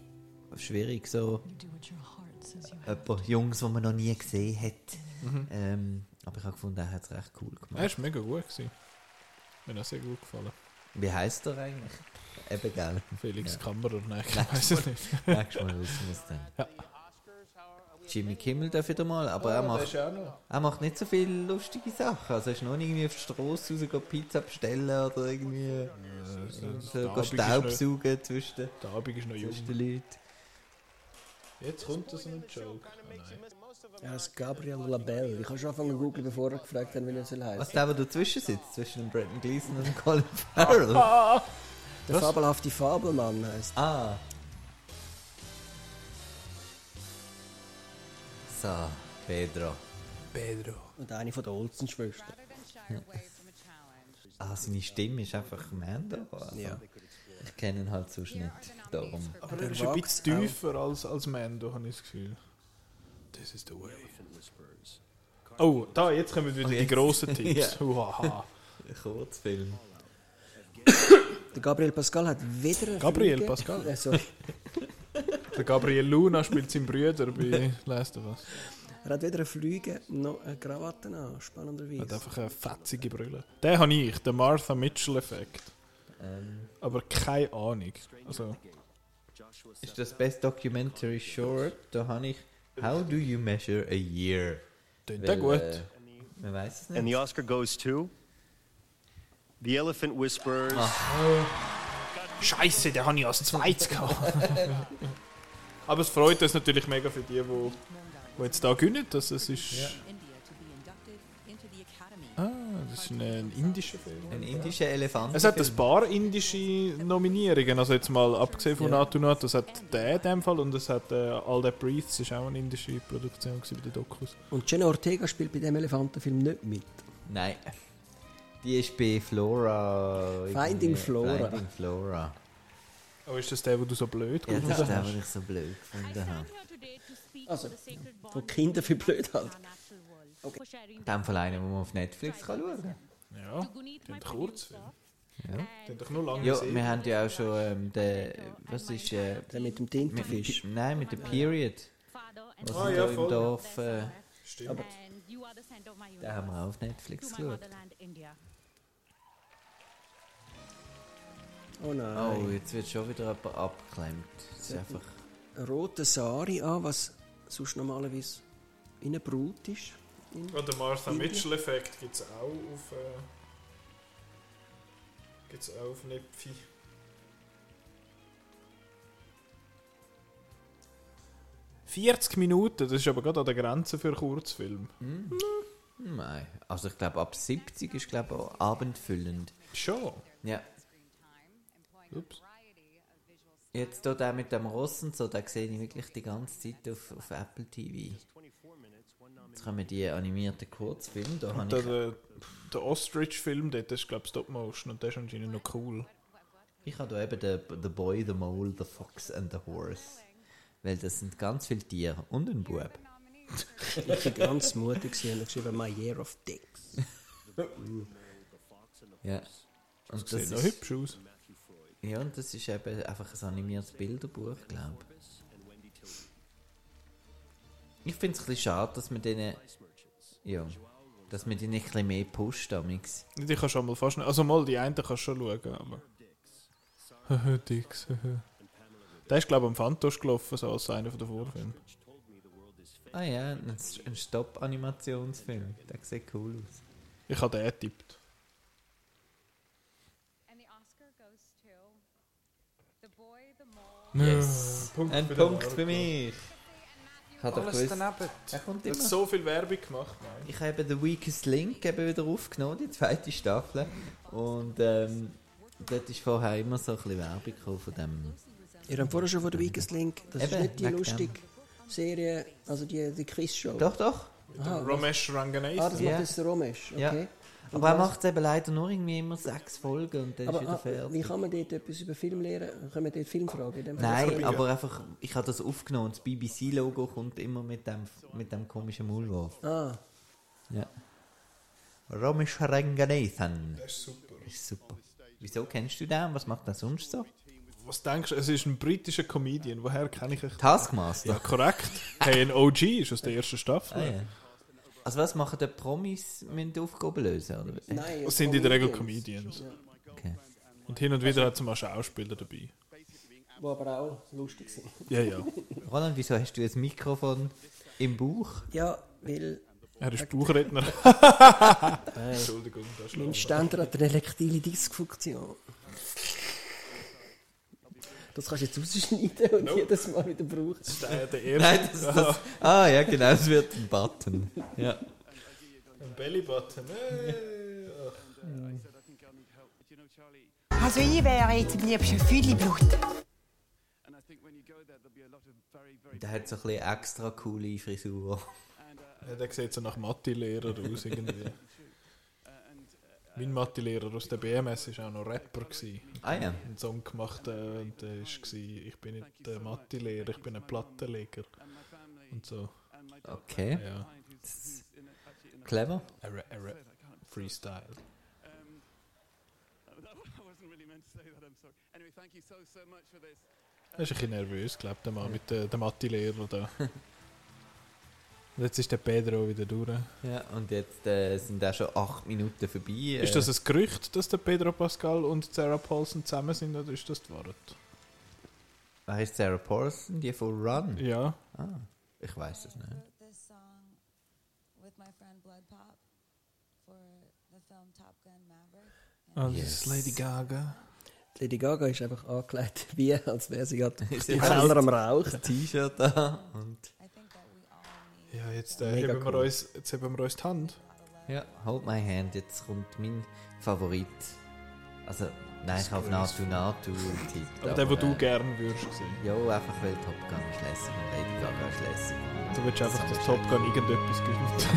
sch- schwierig, so jemand Jungs, die man noch
Mhm.
nie gesehen hat. Ähm, aber ich habe gefunden, er hat es recht cool
Er
gemacht.
ist mega gut gewesen. Mir hat auch sehr gut gefallen.
Wie heißt der eigentlich? Eben, gell?
Felix Kammerer, nein, ich
Nächstes
weiß es
Mal-
nicht.
Nächstes Mal wissen wir es dann. Jimmy Kimmel darf wieder mal, aber
Ah,
er,
der
macht,
ist auch noch.
er macht nicht so viele lustige Sachen. Also er ist noch nicht irgendwie auf die Straße raus, geht Pizza bestellen oder irgendwie äh,
der
so
Abend
geht
ist
Staub
noch-
saugen zwischen, den-
Der Abend ist noch jung.
zwischen den Leuten.
Jetzt kommt das ein Joke.
Er ist Gabriel Labelle. Ich habe schon angefangen zu googeln, bevor er gefragt hat, wie er soll heißen.
Äh,
Was der, der dazwischen sitzt, zwischen dem Brendan Gleeson und dem Colin Farrell.
Der
Was?
fabelhafte Fabelmann heißt.
Ah. So, Pedro.
Pedro. Und eine von den Olsen-Schwestern.
Ah, seine Stimme ist einfach Mando. Also,
Ja.
Ich kenne ihn halt sonst nicht. Darum.
Aber er ist ein bisschen tiefer als, als Mando, habe ich das Gefühl. This is the way. Oh, da, jetzt kommen wieder
Und
die
jetzt-
grossen Tipps.
Ja.
Uhaha.
Kurzfilm.
Der Gabriel Pascal hat wieder eine
Gabriel
Frage.
Pascal?
Äh, sorry.
Der Gabriel Luna spielt seinen Bruder bei Last of Us.
Er hat weder eine Flüge noch eine Krawatte an, spannenderweise.
Er hat einfach eine fetzige Brille. Den habe ich, den Martha Mitchell-Effekt.
Ähm.
Aber keine Ahnung. Also,
Ist das Best Documentary Short? Da habe ich How Do You Measure a Year?
Tönt auch gut.
äh, man weiß es
And the
nicht.
Oscar goes to The Elephant Whisperers.
Scheiße, den habe ich als zweites gehabt. Aber es freut uns natürlich mega für die, die, die jetzt da gewinnen. Das, es ist,
India to be inducted into the Academy.
ah, das ist ein, ein indischer Film.
Ein indischer Elefant.
Es hat ein paar indische Nominierungen, also jetzt mal abgesehen von
Ja.
Natu Natu, es hat den in dem Fall und es hat äh, All That Breathes, das ist auch eine indische Produktion gewesen bei den Dokus.
Und Jenna Ortega spielt bei dem Elefantenfilm nicht mit.
Nein. Die ist bei Flora.
Finding
irgendwie-
Flora.
Finding Flora.
Oh, ist das der, wo du so blöd
Ja, das
gefunden
ist der,
hast?
den ich so blöd gefunden habe.
Also, von Kindern für blöd halt.
In dem Fall einen, den man auf Netflix kann schauen kann.
Ja, den Kurzfilm.
Ja.
Den doch nur lange
Ja,
gesehen.
wir haben ja auch schon ähm, den, was ist, äh,
Der mit dem
mit dem
Tintenfisch.
Pi- nein, mit dem Period, was
Ah,
ah,
ja,
da im
voll.
Dorf, äh,
Stimmt.
Aber
den haben wir auch auf Netflix geschaut.
Oh
Oh,
nein.
jetzt wird schon wieder jemand abgeklemmt. Das ist einfach,
Eine rote Sari an, was sonst normalerweise in einer Brut ist. In-
Und den Martha
Indien.
Mitchell-Effekt gibt es auch auf. Äh, gibt's auch auf Nepfi. «40 Minuten», das ist aber gerade an der Grenze für einen Kurzfilm.
nein. Also ich glaube, ab 70 ist glaube auch abendfüllend.
Schon?
Ja.
Ups.
Jetzt hier der mit dem Ross und so, den sehe ich wirklich die ganze Zeit auf, auf Apple TV. Jetzt kommen die animierten Kurzfilme, da
Und
habe
der,
ich...
der, der Ostrich-Film dort, das ist glaube ich Stop-Motion und der ist anscheinend noch cool.
Ich habe da eben den The Boy, The Mole, The Fox and The Horse. Weil das sind ganz viele Tiere und ein Bub.
Ich war ganz mutig und habe geschrieben, My Year of Dicks.
Ja. Und das,
Sieht noch
ist,
hübsch aus.
ja, und das ist eben einfach ein animiertes Bilderbuch, glaube ich. Ich finde es ein bisschen schade, dass man denen. Ja. Dass man die nicht ein bisschen mehr pusht, amix.
Die kannst du schon mal fast nicht. Also mal die einen kannst du schon schauen, aber. Haha, Dix. haha. der ist glaube ich am Phantos gelaufen, so als einer von den Vorfilmen.
Ah ja, ein ein Stopp-Animationsfilm. Der sieht cool aus.
Ich habe den getippt.
Yes.
Ah, Punkt
ein
für den
Punkt für
Marco.
mich. Hat er gewusst. Er kommt
Hat
immer.
so viel Werbung gemacht, nein.
Ich habe The Weakest Link eben wieder aufgenommen, die zweite Staffel. Und ähm, dort ist vorher immer so ein bisschen Werbung gekommen von dem.
Ihr habt vorher schon von der Weakest Link. Das ist
Eben,
nicht die
wegen dem.
lustige Serie, also die, die
Oh.
Quiz-Show.
Doch, doch.
Aha,
Mit Ramesh
Ah, das
Ranganathan.
Ja.
macht jetzt der Romesh.
Ja.
Okay. Und
Aber er
was-
macht es eben leider nur irgendwie immer sechs Folgen und dann ist
Aber
wieder
ah, wie
fertig.
kann man dort etwas über Film lernen? Können wir dort Filmfragen? in dem Fall?
Nein, aber einfach, ich habe das aufgenommen und das BBC-Logo kommt immer mit dem, mit dem komischen Maulwurf.
Ah,
Ja. Ramesh Ranganathan.
Das ist super.
Ist super. Wieso kennst du den? Was macht der sonst so?
Was denkst du, es ist ein britischer Comedian, woher kenne ich ihn?
Taskmaster.
Ja, korrekt. Hey, ein OG ist aus der ersten Staffel.
Ah, ja. Also was machen die Promis? Müssen die Aufgaben lösen? Oder? was?
Nein,
Das sind in der Regel Comedians.
Okay.
Und hin und wieder hat es mal Schauspieler dabei.
Die aber auch lustig sind.
Ja, ja.
Roland, wieso hast du ein Mikrofon im Bauch?
Ja, weil...
Er ist Bauchredner.
Nein.
Entschuldigung, das ist
Mein Ständer hat eine elektile Dysfunktion. Das kannst du jetzt rausschneiden und jedes Mal wieder brauchen.
Der, der
Nein, das, das, ah ja, genau, es wird ein Button. Ja.
Ein Bellybutton. Hey.
Also ich wäre jetzt am liebsten Fülliblut.
Der hat so ein bisschen extra coole Frisur.
Ja, der sieht so nach Mathelehrer aus irgendwie. mein Mathelehrer aus der BMS war auch noch Rapper. Gewesen.
Ah, ja.
Einen Song gemacht äh, und der war, ich bin nicht der Mathelehrer, ich bin ein Plattenleger. Und so.
Okay.
Ja.
Das ist Clever.
Ein Ra- ein Ra- Freestyle. Er ist ein bisschen nervös, glaube ich, der Mann mit äh, dem Mathelehrer da. Und jetzt ist der Pedro wieder durch.
Ja, und jetzt äh, sind auch schon acht Minuten vorbei. Äh,
Ist das ein Gerücht, dass der Pedro Pascal und Sarah Paulson zusammen sind, oder ist das die Wahrheit?
Wer heißt Sarah Paulson, die von Run?
Ja.
Ah, ich weiß es nicht.
this song with my friend Blood Pop for the film Top Gun Maverick.
Ah, das ist Lady Gaga.
Lady Gaga ist einfach angekleidet wie, als wäre sie gerade
Sie halt.
im
hat
Keller
ein
am Rauch.
T-Shirt da und
Ja, jetzt äh,
Mega
heben wir
cool.
uns, jetzt heben wir uns die Hand.
ja, hold my hand, jetzt kommt mein Favorit. Also, nein, ich auf Natu Natu tippt.
Aber der, den du gern würdest sehen.
Ja, äh, einfach weil Top Gun ist lässig und Lady Gaga ist lässig.
Du willst einfach, dass Top Gun irgendetwas gewinnt.